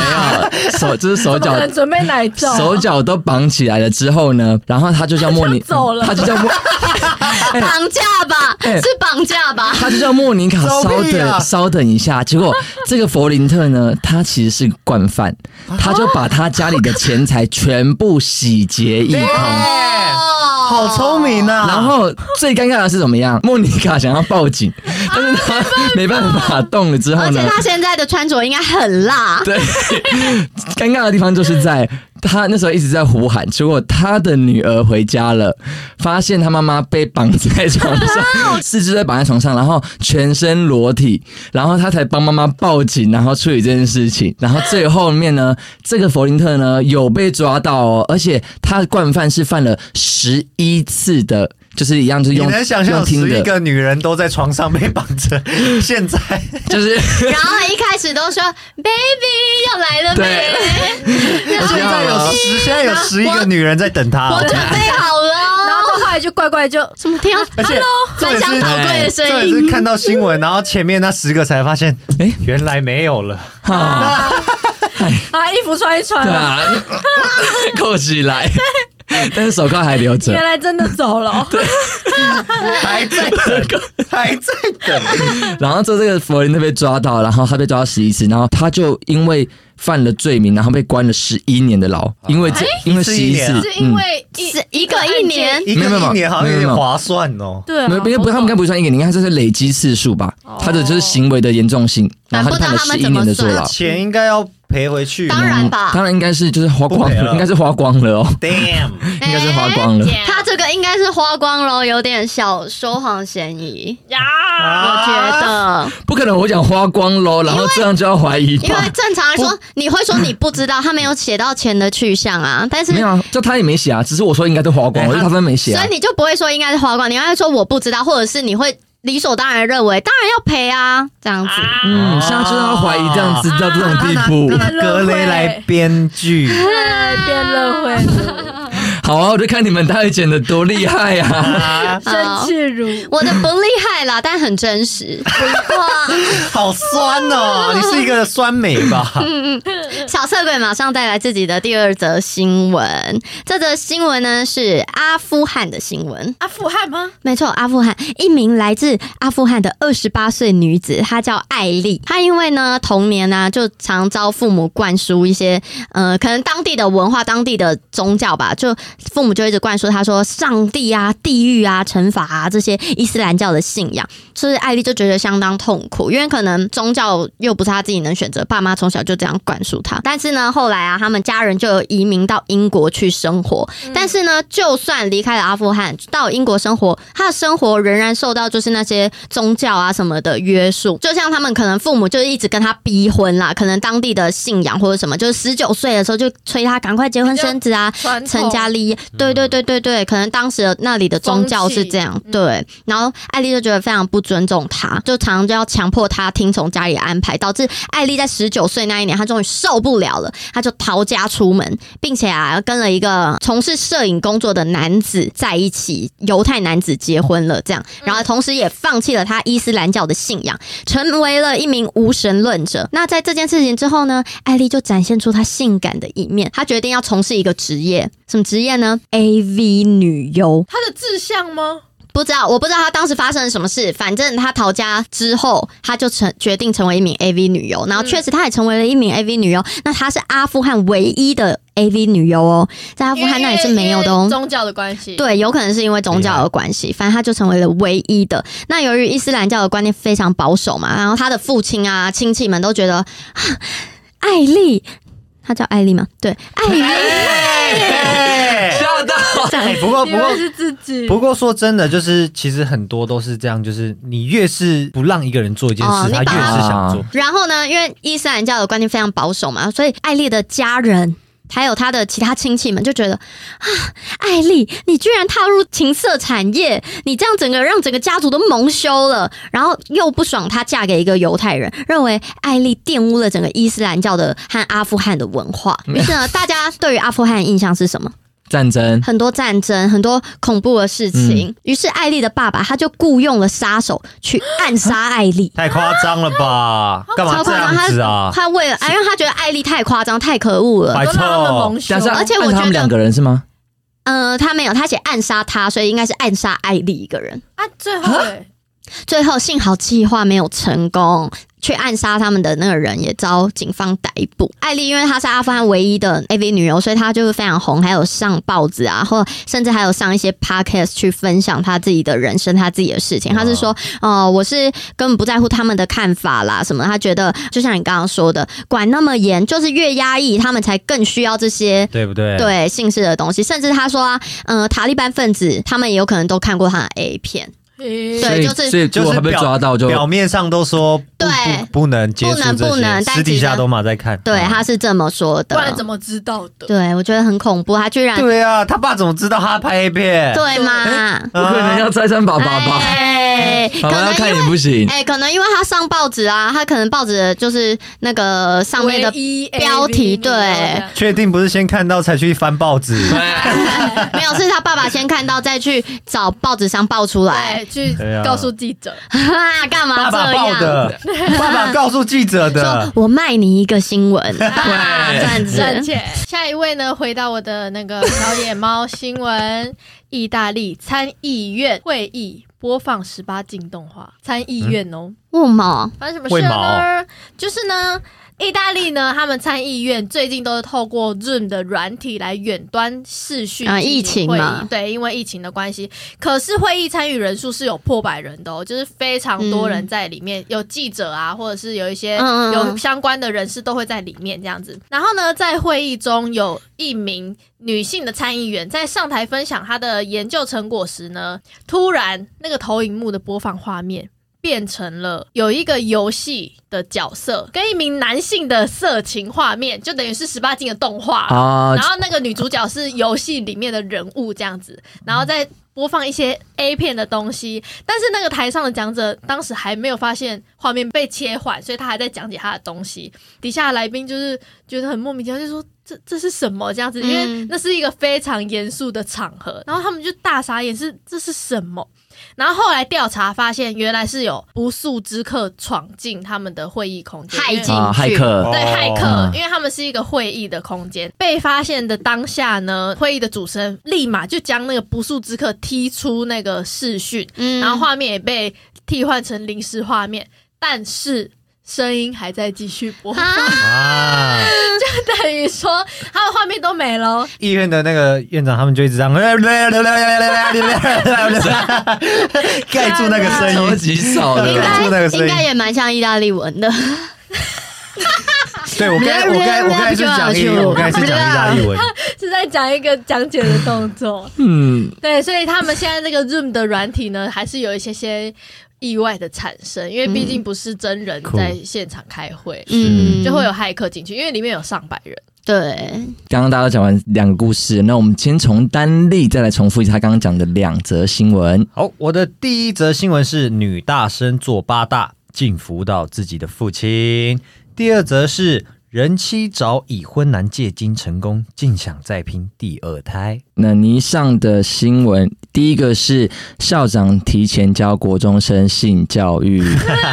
手就是手
怎 么
脚
可能准备奶
啊
罩？
手脚都绑起来了之后呢，然后他就叫莫妮，
他就走了
他就叫莫，
绑架吧，
哎
是绑架吧？
他就叫莫妮卡
走
稍
屁啊
等稍等一下。结果这个弗林特呢，他其实是个惯犯，他就把他家里的钱财全部洗劫一空。
哎
哦
好聪明呐、啊！
嗯然后最尴尬的是怎么样？莫妮卡想要报警，但是他没办法动了之后
而且
呢？
她现在的穿着应该很辣，
对， 尴尬的地方就是在他那时候一直在呼喊，结果他的女儿回家了，发现他妈妈被绑在床
啊
上，四肢被绑在床上，然后全身裸体，然后他才帮妈妈报警，然后处理这件事情。然后最后面呢，这个弗林特呢有被抓到哦，而且他的惯犯是犯了十一次的。就是一样，就是
你
用
能想象
用听
十一
的，
个女人都在床上被绑 着，现在
就是
然后一开始都说 baby 要来了没？
而且
现在有十现在有十一个女人在等他
我
哦，
准备好
然
了
后
哦。
他后来就乖乖就
什么听到
而且
hello
重
翻
点
箱
是
倒柜的
重
声
点是
音？
看到新闻，然后前面那十个才发现，
哎
原来没有了。
哈，
把衣服穿一穿
对
了，
啊，扣起来， 但是手铐还留着
原。来真的走了。
还在等， 还在等。
然后之后这个佛林特被抓到，然后他被抓到十一次，然后他就因为犯了罪名，然后被关了十一年的牢，因为这因为十一
11
次
年，
是因为一
是一个一年，
一
没
个
有没有
一年好像有
没有没
点
有
划算哦。
对啊，
没有，因为不他们应该不算一个，你看这是累积次数吧，他的就是行为的严重性，然后他就判了十一年的坐牢。
钱应该要赔回去。
当然吧
当然应该是就是花光
不赔了
了，应该是花光了哦，
，damn，
应该是花光了。
他这个应该是花光了，有点小收谎嫌疑，我
啊
觉得。
不可能，我讲花光喽，然后这样就要怀疑
因
吧
为？正常来说，你会说你不知道，他没有写到钱的去向 啊，但是
没有啊，就他也没写啊，只是我说应该都花光，
哎
我就
他
他们没写
所
啊
以。你就不会说应该是花光，你应该说我不知道，或者是你会理所当然认为，当然要赔啊，这样子。
嗯，现在就是要怀疑这样子到这种地步
让。他格雷来编 剧，
对，变乐会了，
好啊，我就看你们到底剪的多厉害啊！
生气乳。
我的不厉害啦，但很真实。
好酸哦！你是一个酸梅 吧？
嗯小色鬼马上带来自己的第二则新闻，这则新闻呢是阿富汗的新闻。
阿啊富汗吗？
没错，阿富汗一名来自阿富汗的二十八岁女子，她叫艾丽。她因为呢童年呢、啊就常遭父母灌输一些呃，可能当地的文化、当地的宗教吧，就父母就一直灌输她说上帝啊、地狱啊、惩罚啊这些伊斯兰教的信仰，所以艾丽就觉得相当痛苦，因为可能宗教又不是她自己能选择，爸妈从小就这样灌输她。但是呢，后来啊，他们家人就有移民到英国去生活，
嗯
但是呢，就算离开了阿富汗，到英国生活，他的生活仍然受到就是那些宗教啊什么的约束。就像他们可能父母就是一直跟他逼婚啦，可能当地的信仰或者什么，就是十九岁的时候就催他赶快结婚生子啊，
传统
成家立业。对对对对对，可能当时的那里的宗教是这样
风。气嗯
对，然后艾丽就觉得非常不尊重他，就常常就要强迫他听从家里的安排，导致艾丽在十九岁那一年，她终于受不了了，她就逃家出门，并且啊，跟了一个从事摄影工作的男子在一起，犹太男子结婚了，这样，
嗯
然后同时也放弃了他伊斯兰教的信仰，成为了一名无神论者。那在这件事情之后呢，艾丽就展现出她性感的一面，她决定要从事一个职业，什么职业呢？AV 女优。
他的志向吗？
不知道，我不知道他当时发生了什么事。反正他逃家之后，他就成决定成为一名 AV 女优，
嗯
然后确实他也成为了一名 AV 女优。那她是阿富汗唯一的 AV 女优哦，在阿富汗那里是没有的
因
哦
为。宗教的关系。，
对，有可能是因为宗教的关系，反正他就成为了唯一的。那由于伊斯兰教的观念非常保守嘛，然后他的父亲啊、亲戚们都觉得，啊艾丽，她叫艾丽吗？对，艾丽，
哎
吓到，
不过不
因
过
为是自己，
不过说真的，就是其实很多都是这样，就是你越是不让一个人做一件
哦
事，
你
他
把
越是想做。
然后呢，因为伊斯兰教的观念非常保守嘛，所以艾丽的家人。还有她的其他亲戚们就觉得啊，艾丽，你居然踏入情色产业，你这样整个让整个家族都蒙羞了，然后又不爽她嫁给一个犹太人，认为艾丽玷污了整个伊斯兰教的和阿富汗的文化。于是呢，大家对于阿富汗的印象是什么？
战争
很多战争，很多恐怖的事情。于是艾丽的爸爸他就雇佣了杀手去暗杀艾丽。
太夸张了吧？干嘛
超
这
夸张！
样子啊
他？他为了，哎，因为他觉得艾丽太夸张、太可恶了。
白
都让他们
臭
蒙！羞
加。上
而且我
按他
觉得
们两个人是吗？
呃，他没有，他写暗杀他，所以应该是暗杀艾丽一个人。
啊，最后欸
最后幸好计划没有成功，去暗杀他们的那个人也遭警方逮捕。艾丽因为她是阿富汗唯一的 AV 女优，所以她就是非常红，还有上报纸啊，或甚至还有上一些 podcast 去分享她自己的人生、她自己的事情。她是说，哦，我是根本不在乎他们的看法啦，什么？她觉得就像你刚刚说的，管那么严，就是越压抑，他们才更需要这些
对不对？
对姓氏的东西，甚至他说啊，嗯、塔利班分子他们也有可能都看过他的 A 片，对
诶
所以
就是
所以如
就
果
是
他被
表
抓到就
表面上都说不
对
不不能接触
不能
这
不能
些，
但
私底
其
下
实
都嘛在看。
对，
嗯
他是这么说
不然怎
的。
么知道的？
对，我觉得很恐怖，他居然
对哎啊，他爸怎么知道他拍 A 片？
对吗？
啊
不可能要拆散爸爸吧？
哎，
爸
可
爸
能
要看
因
也
为
不行。
哎，可能因为他上报纸啊，他可能报纸就是那个上面的
唯一
标题
AV
对
女优这样
确定不是先看到才去翻报 纸？
啊哎没有，是他爸爸先看到，再去找报纸上报出来，
对，去
对啊
告诉记者，
哈，干嘛
爸爸
这
报
样？
的，爸爸告诉记者的
说。我卖你一个新闻，啊这样
赚
子。
钱。下一位呢，回到我的那个小野猫新闻，意大利参议院会议播放十八禁动画，参议院哦，
为毛？
发生什么事了呢？就是呢。意大利呢，他们参议院最近都是透过 Zoom 的软体来远端视讯
啊
进行
疫情
会议
嘛
对，因为疫情的关系，可是会议参与人数是有破百人的哦，就是非常多人在里面，有记者啊，或者是有一些
嗯嗯嗯嗯
有相关的人士都会在里面这样子。然后呢，在会议中有一名女性的参议员在上台分享她的研究成果时呢，突然那个投影幕的播放画面变成了有一个游戏的角色跟一名男性的色情画面，就等于是十八禁的动画啦
啊
然后那个女主角是游戏里面的人物这样子，然后再播放一些 A 片的东西，但是那个台上的讲者当时还没有发现画面被切换，所以他还在讲解他的东西。底下的来宾就是觉得很莫名其妙，就说这这是什么这样子？因为
嗯
那是一个非常严肃的场合，然后他们就大傻眼，是这是什么？然后后来调查发现，原来是有不速之客闯进他们的会议空间，
害
因为
进
啊，骇
去
客
哦
对骇
嗯
客，因为他们是一个会议的空间。被发现的当下呢，会议的主持人立马就将那个不速之客踢出那个视讯，
嗯
然后画面也被替换成临时画面，但是。声音还在继续播，
啊，
啊！
等于说他的画面都没了。
医院的那个院长他们就一直这 样 盖住那个声
超
音，
级少的
对
应
啊
啦。
做那
该
个声音
应该也蛮像意大利文的，
对我刚才我刚才我刚才是讲意，我刚才是讲意大利文，
是在讲一个讲解的动作，
嗯，
对，所以他们现在那个 Zoom 的软体呢，还是有一些些意外的产生，因为毕竟不是真人
嗯
在现场开会，
嗯，
就会有骇客进去，因为里面有上百人。
对，
刚刚大家都讲完两个故事，那我们先从单例再来重复一下他刚刚讲的两则新闻。
好，我的第一则新闻是女大生做八大，竟辅导自己的父亲。第二则是人妻找已婚男借精成功，竟想再拼第二胎。
那尼上的新闻，第一个是校长提前教国中生性教育，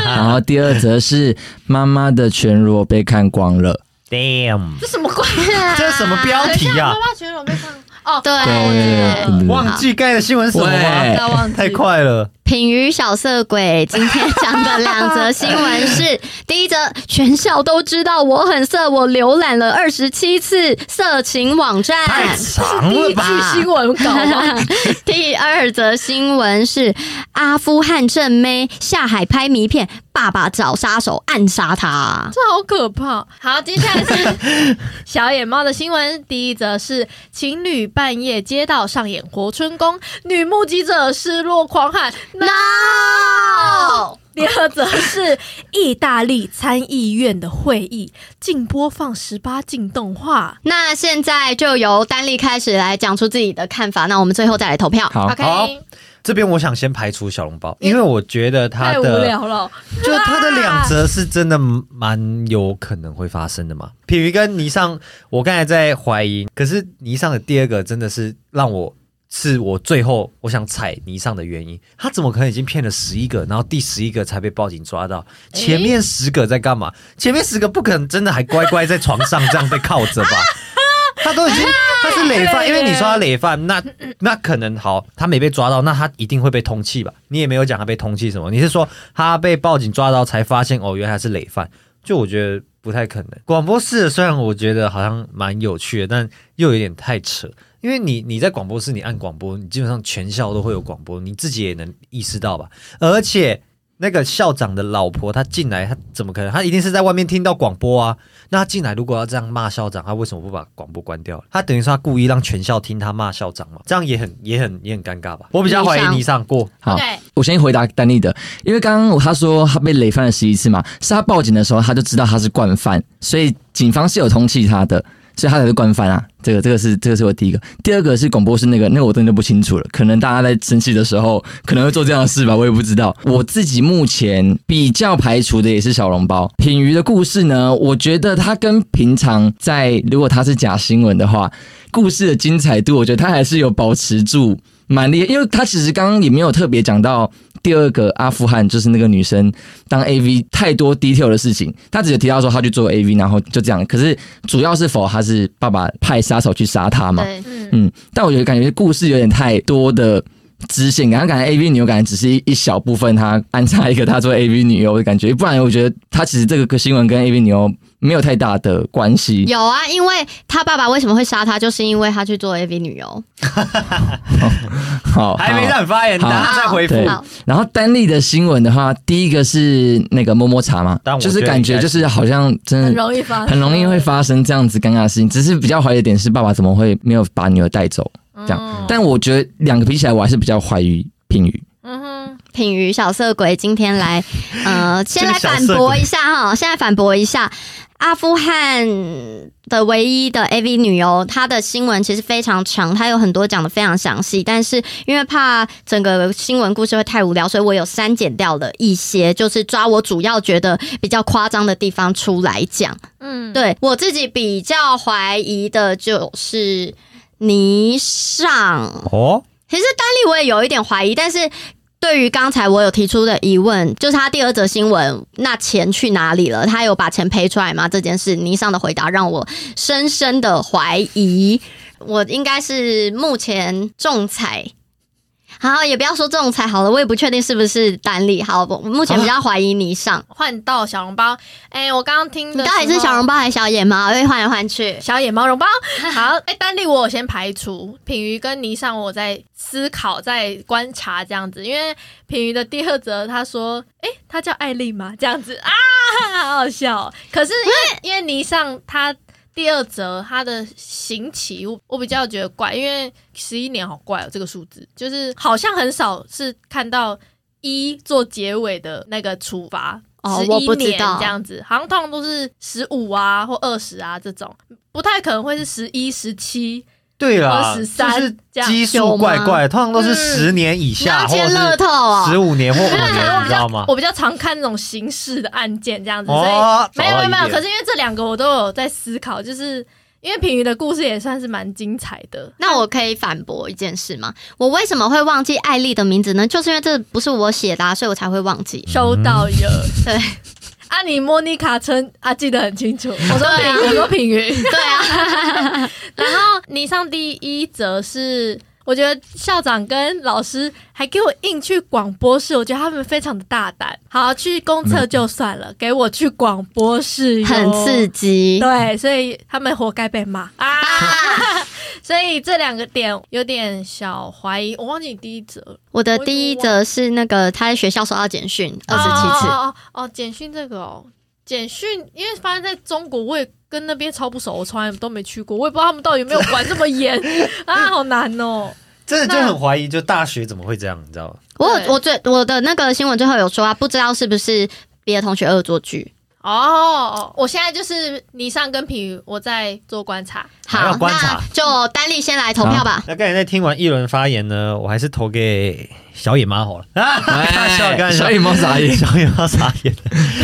然后第二则是妈妈的全裸被看光了。
Damn，
这什么鬼？啊
这什么标题
妈？
啊
妈全裸被看 哦，
对
对
忘记盖的新闻是什么
喂
吗？
要忘记
太。快了，
品鱼小色鬼今天讲的两则新闻是：第一则，全校都知道我很色，我浏览了二十七次色情网
太
站；
长了吧？
去新闻稿啊吗？
第二则新闻是阿富汗正妹下海拍迷片，爸爸找杀手暗杀她。
这好可怕。好，接下来是 小野猫的新闻。第一则是情侣半夜街道上演活春宫，女目击者失落狂喊 “no”。第二则是意大利参议院的会议禁播放十八禁动画。
那现在就由丹丽开始来讲出自己的看法，那我们最后再来投票。
好，
OK，
好这边我想先排除小笼包，因为我觉得他
太无
的
聊了。
就它的两则是真的蛮有可能会发生的嘛。品鱼跟霓裳，我刚才在怀疑，可是霓裳的第二个真的是让我是我最后我想踩霓裳的原因。他怎么可能已经骗了十一个，然后第十一个才被报警抓到？前面十个在干嘛？前面十个不可能真的还乖乖在床上这样被铐着吧？他都已经他是累犯，因为你说他累犯，那那可能好，他没被抓到，那他一定会被通缉吧？你也没有讲他被通缉什么，你是说他被报警抓到才发现哦，原来他是累犯？就我觉得不太可能。广播室的虽然我觉得好像蛮有趣的，但又有点太扯，因为你你在广播室你按广播，你基本上全校都会有广播，你自己也能意识到吧？而且。那个校长的老婆，她进来，她怎么可能？她一定是在外面听到广播啊。那他进来如果要这样骂校长，他为什么不把广播关掉？他等于说他故意让全校听他骂校长嘛，这样也很也很也很尴尬吧？我比较怀疑
你
你上过，
好
OK
我先回答丹丽的，因为刚刚他说他被累犯了十一次嘛，是他报警的时候他就知道他是惯犯，所以警方是有通缉他的，所以他才是惯犯啊。这个这个是这个是我第一个，第二个是广播室那个那个我真的不清楚了，可能大家在生气的时候可能会做这样的事吧，我也不知道。我自己目前比较排除的也是小笼包品鱼的故事呢，我觉得它跟平常在如果它是假新闻的话，故事的精彩度，我觉得它还是有保持住。蛮厉害，因为他其实刚刚也没有特别讲到第二个阿富汗，就是那个女生当 AV 太多 detail 的事情，他只有提到说她去做 AV，然后就这样。可是主要是否她是爸爸派杀手去杀她嘛？
对，
嗯，
嗯，但我觉得感觉故事有点太多的支线感，感觉 AV 女优感觉只是一一小部分，她安插一个她做 AV 女优的感觉，不然我觉得她其实这个新闻跟 AV 女优没有太大的关系。
有啊，因为他爸爸为什么会杀他，就是因为他去做 AV 女优。
好，
还没
好
让你发言，
好
大啊家再回复。
对
好，
然后单例的新闻的话，第一个是那个摸摸茶嘛
但，我
就是
觉得
感觉
应该
就是好像真
很
的
容易发生，
嗯很容易会发生这样子尴尬的事情。只是比较怀疑的点是，爸爸怎么会没有把女儿带走？这样
嗯
但我觉得两个比起来，我还是比较怀疑品语。
嗯哼，
品瑜小色鬼今天来，呃，先来反驳一下哈，现在反驳一下。阿富汗的唯一的 AV 女优，她的新闻其实非常长，她有很多讲的非常详细，但是因为怕整个新闻故事会太无聊，所以我有删减掉了一些，就是抓我主要觉得比较夸张的地方出来讲。
嗯，
对我自己比较怀疑的就是霓裳，
哦，
其实丹利我也有一点怀疑，但是对于刚才我有提出的疑问，就是他第二则新闻，那钱去哪里了？他有把钱赔出来吗？这件事，倪尚的回答让我深深的怀疑。我应该是目前仲裁，好，也不要说仲裁好了，我也不确定是不是丹利。好，我目前比较怀疑倪尚。
换到小笼包。哎、我刚刚听
你
的，
到底是小笼包还是小野猫？会换来换去。
小野猫 绒包。好，哎、丹丽我有先排除，品瑜跟霓裳我在思考，在观察这样子，因为品瑜的第二则他说，哎、他叫艾丽吗？这样子啊，好好笑哦、可是因为因为霓裳他。第二则，他的行期我我比较觉得怪，因为十一年好怪哦，这个数字就是好像很少是看到一做结尾的那个处罚，
哦
11
我不知
年
道
这样子，好像通常都是十五啊或二十啊这种，不太可能会是十一、十七。
对啦，
23
就是
这样
基数怪怪的，通常都是
嗯
十年以
你要
下，或者
签乐
是
透哦，
十五年或五
可
年，
哎能我比
你知道
较
吗？
我比较常看那种刑事的案件这样子，所以
哦
没有
找
没
到
有没有。
一点
可是因为这两个我都有在思考，就是因为品瑜的故事也算是蛮精彩的。
那我可以反驳一件事吗？我为什么会忘记艾丽的名字呢？就是因为这不是我写的、啊，所以我才会忘 记。
收到有
对
啊，你莫妮卡称啊记得很清 楚。我说
对啊
品瑜，我说品瑜。
对啊，
然后你上第一则是，我觉得校长跟老师还给我硬去广播室，我觉得他们非常的大胆。好，去公厕就算了，给我去广播室哟，
很刺激。
对，所以他们活该被骂啊！ 所以这两个点有点小怀疑，我忘记你第一则
我的第一则是那个他在学校收到简讯，二十七次。
哦哦哦哦，简讯这个哦，简讯，因为发现在中国，我也跟那边超不熟，我从来都没去过，我也不知道他们到底有没有管这么严啊，好难哦。
真的就
那
很怀疑，就大学怎么会这样，你知道吗？
我
对
我最我的那个新闻最后有说啊，不知道是不是别的同学恶作剧。
哦，我现在就是霓裳跟品瑜，我在做观察。
还要
好，
观察
那就丹丽先来投票吧。
那刚才在听完一轮发言呢，我还是投给小野妈好了。啊，开玩 笑，开玩笑
小野猫傻眼。
小野妈傻眼。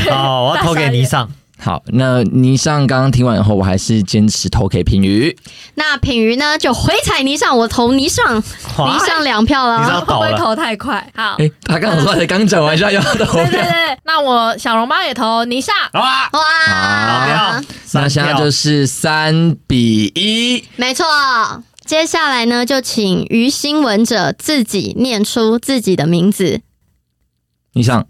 好，我要投给霓裳。
好，那倪尚刚刚听完以后，我还是坚持投给平鱼。
那品瑜呢就回踩泥上，我投泥上，泥
哇
上两票
你知
了哦
道。
会不会投太快？好，
哎、他刚好说刚讲完一下要投
对对
票。
对，那我小笼包也投霓裳。
啊，投
哇
票，
那
三
现在
票
就是三比一，
没错，接下来呢，就请于新闻者自己念出自己的名字。
倪尚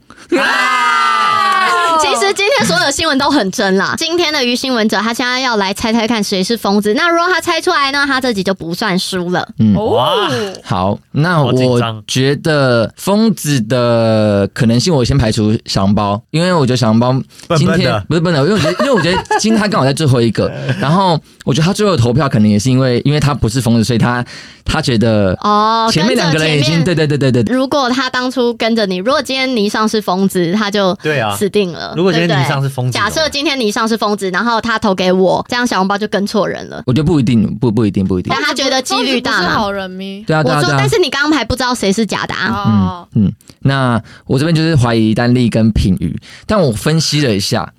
哦
其实今天所有新闻都很真啦。今天的于新闻者，他现在要来猜猜看谁是疯子。那如果他猜出来呢，他这集就不算输了。
哇
哦，
好，那
好紧
我
张
觉得疯子的可能性我先排除小笼包，因为我觉得小笼包
笨
今
笨
天
的
不是笨的，因为我觉得因为我觉得今天他刚好在最后一 个，然后我觉得他最后的投票可能也是因为因为他不是疯子，所以他他觉得
哦，
前面两个人已经
跟着
对
前面
对对对对，
如果他当初跟着你，如果今天倪尚是疯子，他就
对啊
死定了。
如果今天
对不对
霓裳是疯子
假设
怎么办
今天倪尚是疯子，然后他投给我，这样小红包就跟错人了。
我觉得不一定，不不一定不一定
但，他觉得几率大
疯子不是
嘛？
好人咪？
对啊对
我
啊
说
对，啊
但。是你刚刚还不知道谁是假啊答案。
哦，
嗯，那我这边就是怀疑丹丽跟品瑜，但我分析了一下，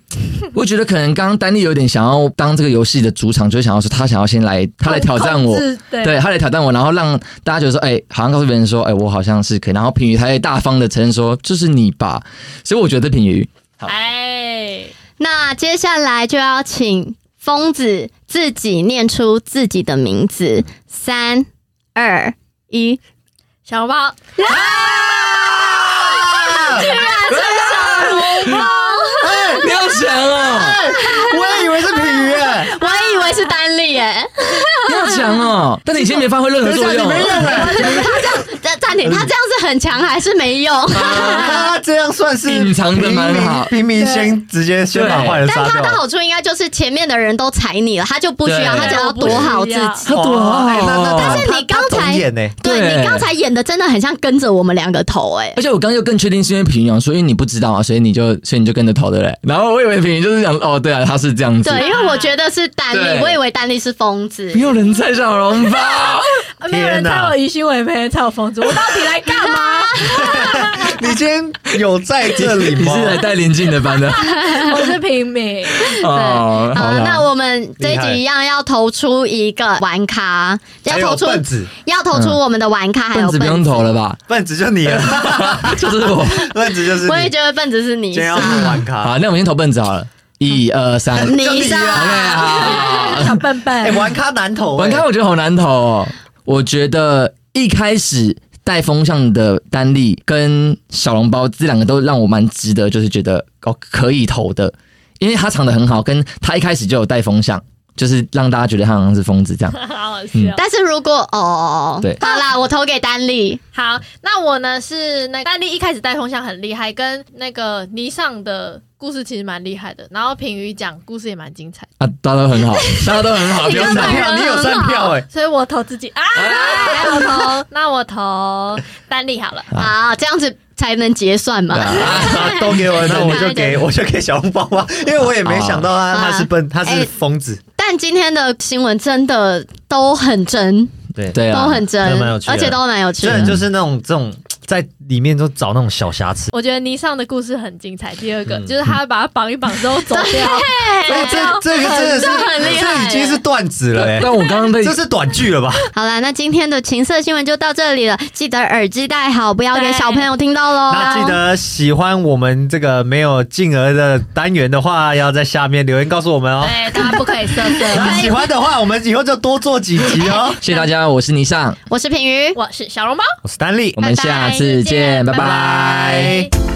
我觉得可能刚刚丹丽有点想要当这个游戏的主场，就是想要说他想要先来，他来挑战我
控，制对
对他来挑战我，然后让大家觉得说，哎、好像告诉别人说，哎、我好像是可以，然后品瑜他也大方的承认说，就是你吧，所以我觉得品瑜
哎，
那接下来就要请疯子自己念出自己的名字，三二一，
小笼包，
你要强哦，
我也以为是品鱼哎，
我以为是丹丽耶，
你要强哦，但你以前没发挥任何 作用，
暂暂停，他这样是很强还是没用？
啊这样算是
隐藏得蛮好
平民平民先直接先把坏人
但
杀
他的
掉。
好处应该就是前面的人都踩你了，他就不需要，
对
他只要
我不
躲好
需
自
要
己。
他多好
哎那那
哦，
但是你刚才
演呢
对
对
你刚才演的真的很像跟着我们两个头哎、
而且我刚刚又更确定是因为平阳，所以你不知道啊，所以你就所以你就跟着投的嘞。然后我以为平云就是想哦，对啊，他是这样子，
对，因为我觉得是丹
对
尼，我以为丹尼是疯子
没。有人猜小笼包，
啊没有人
天
猜
哪
我于心伟，没人猜我疯子，我到底来干 嘛？
你今天有在这 里
你
吗？
是来带林静的 班的
我是平民，
哦。
好、
好啦
呃那我们这一
厉害
集一样要投出一个玩咖，要
还
投
有
出
笨子，
要投出我们的玩咖，还有
凳子
笨
不用投了吧？
笨子就你了，
就是 我。
笨子就是你。
我也觉得笨子是你
今天要
莎，
玩玩咖，
好，那我们先投笨子好了，一二三。
你
就你
莎
啊
哎好，
小笨
哎，
笨，
玩咖难投，
玩咖我觉得好难投哦。我觉得一开始带风向的丹力跟小笼包这两个都让我蛮值得，就是觉得哦可以投的，因为他唱的很好，跟他一开始就有带风向，就是让大家觉得他好像是疯子这样。
好好
嗯
笑。
但是如果哦，
对
好啦，我投给丹丽，
好，那我呢是那丹丽一开始带风向很厉害，跟那个霓裳的故事其实蛮厉害的，然后品瑜讲故事也蛮精彩的，
啊，大家都很好，大家都很好，不用
有
打
站。票，你有站票哎，
所以我投自己啊，
哎我投，那我投丹丽好了。
啊，这样子才能结算嘛。
啊都给我，那我就
对对对
给我就给小红包吧，因为我也没想到他
啊
他是笨，他
哎
是疯子，
但今天的新闻真的都很真，
对
对啊，
都很真
都蛮有，趣的
而且都蛮有趣
真的
的。
就是那种这种在里面都找那种小瑕疵。
我觉得霓裳的故事很精彩。第二个、
嗯
就是他把他绑一绑之后走掉，
哎，这这个真的是，
很厉害
这已经是段子了哎，
但我刚刚被。
这是短剧了吧？
好啦，那今天的情色新闻就到这里了，记得耳机戴好，不要给
对
小朋友听到喽。
那记得喜欢我们这个没有进额的单元的话，要在下面留言告诉我们 哦。
哎
对，大家不可以色
那
色。
喜欢的话，我们以后就多做几集哦
哎
谢谢大家，我是倪尚，
我是平鱼，
我是小笼包，
我是丹力
我，们下次见，拜
拜
拜
拜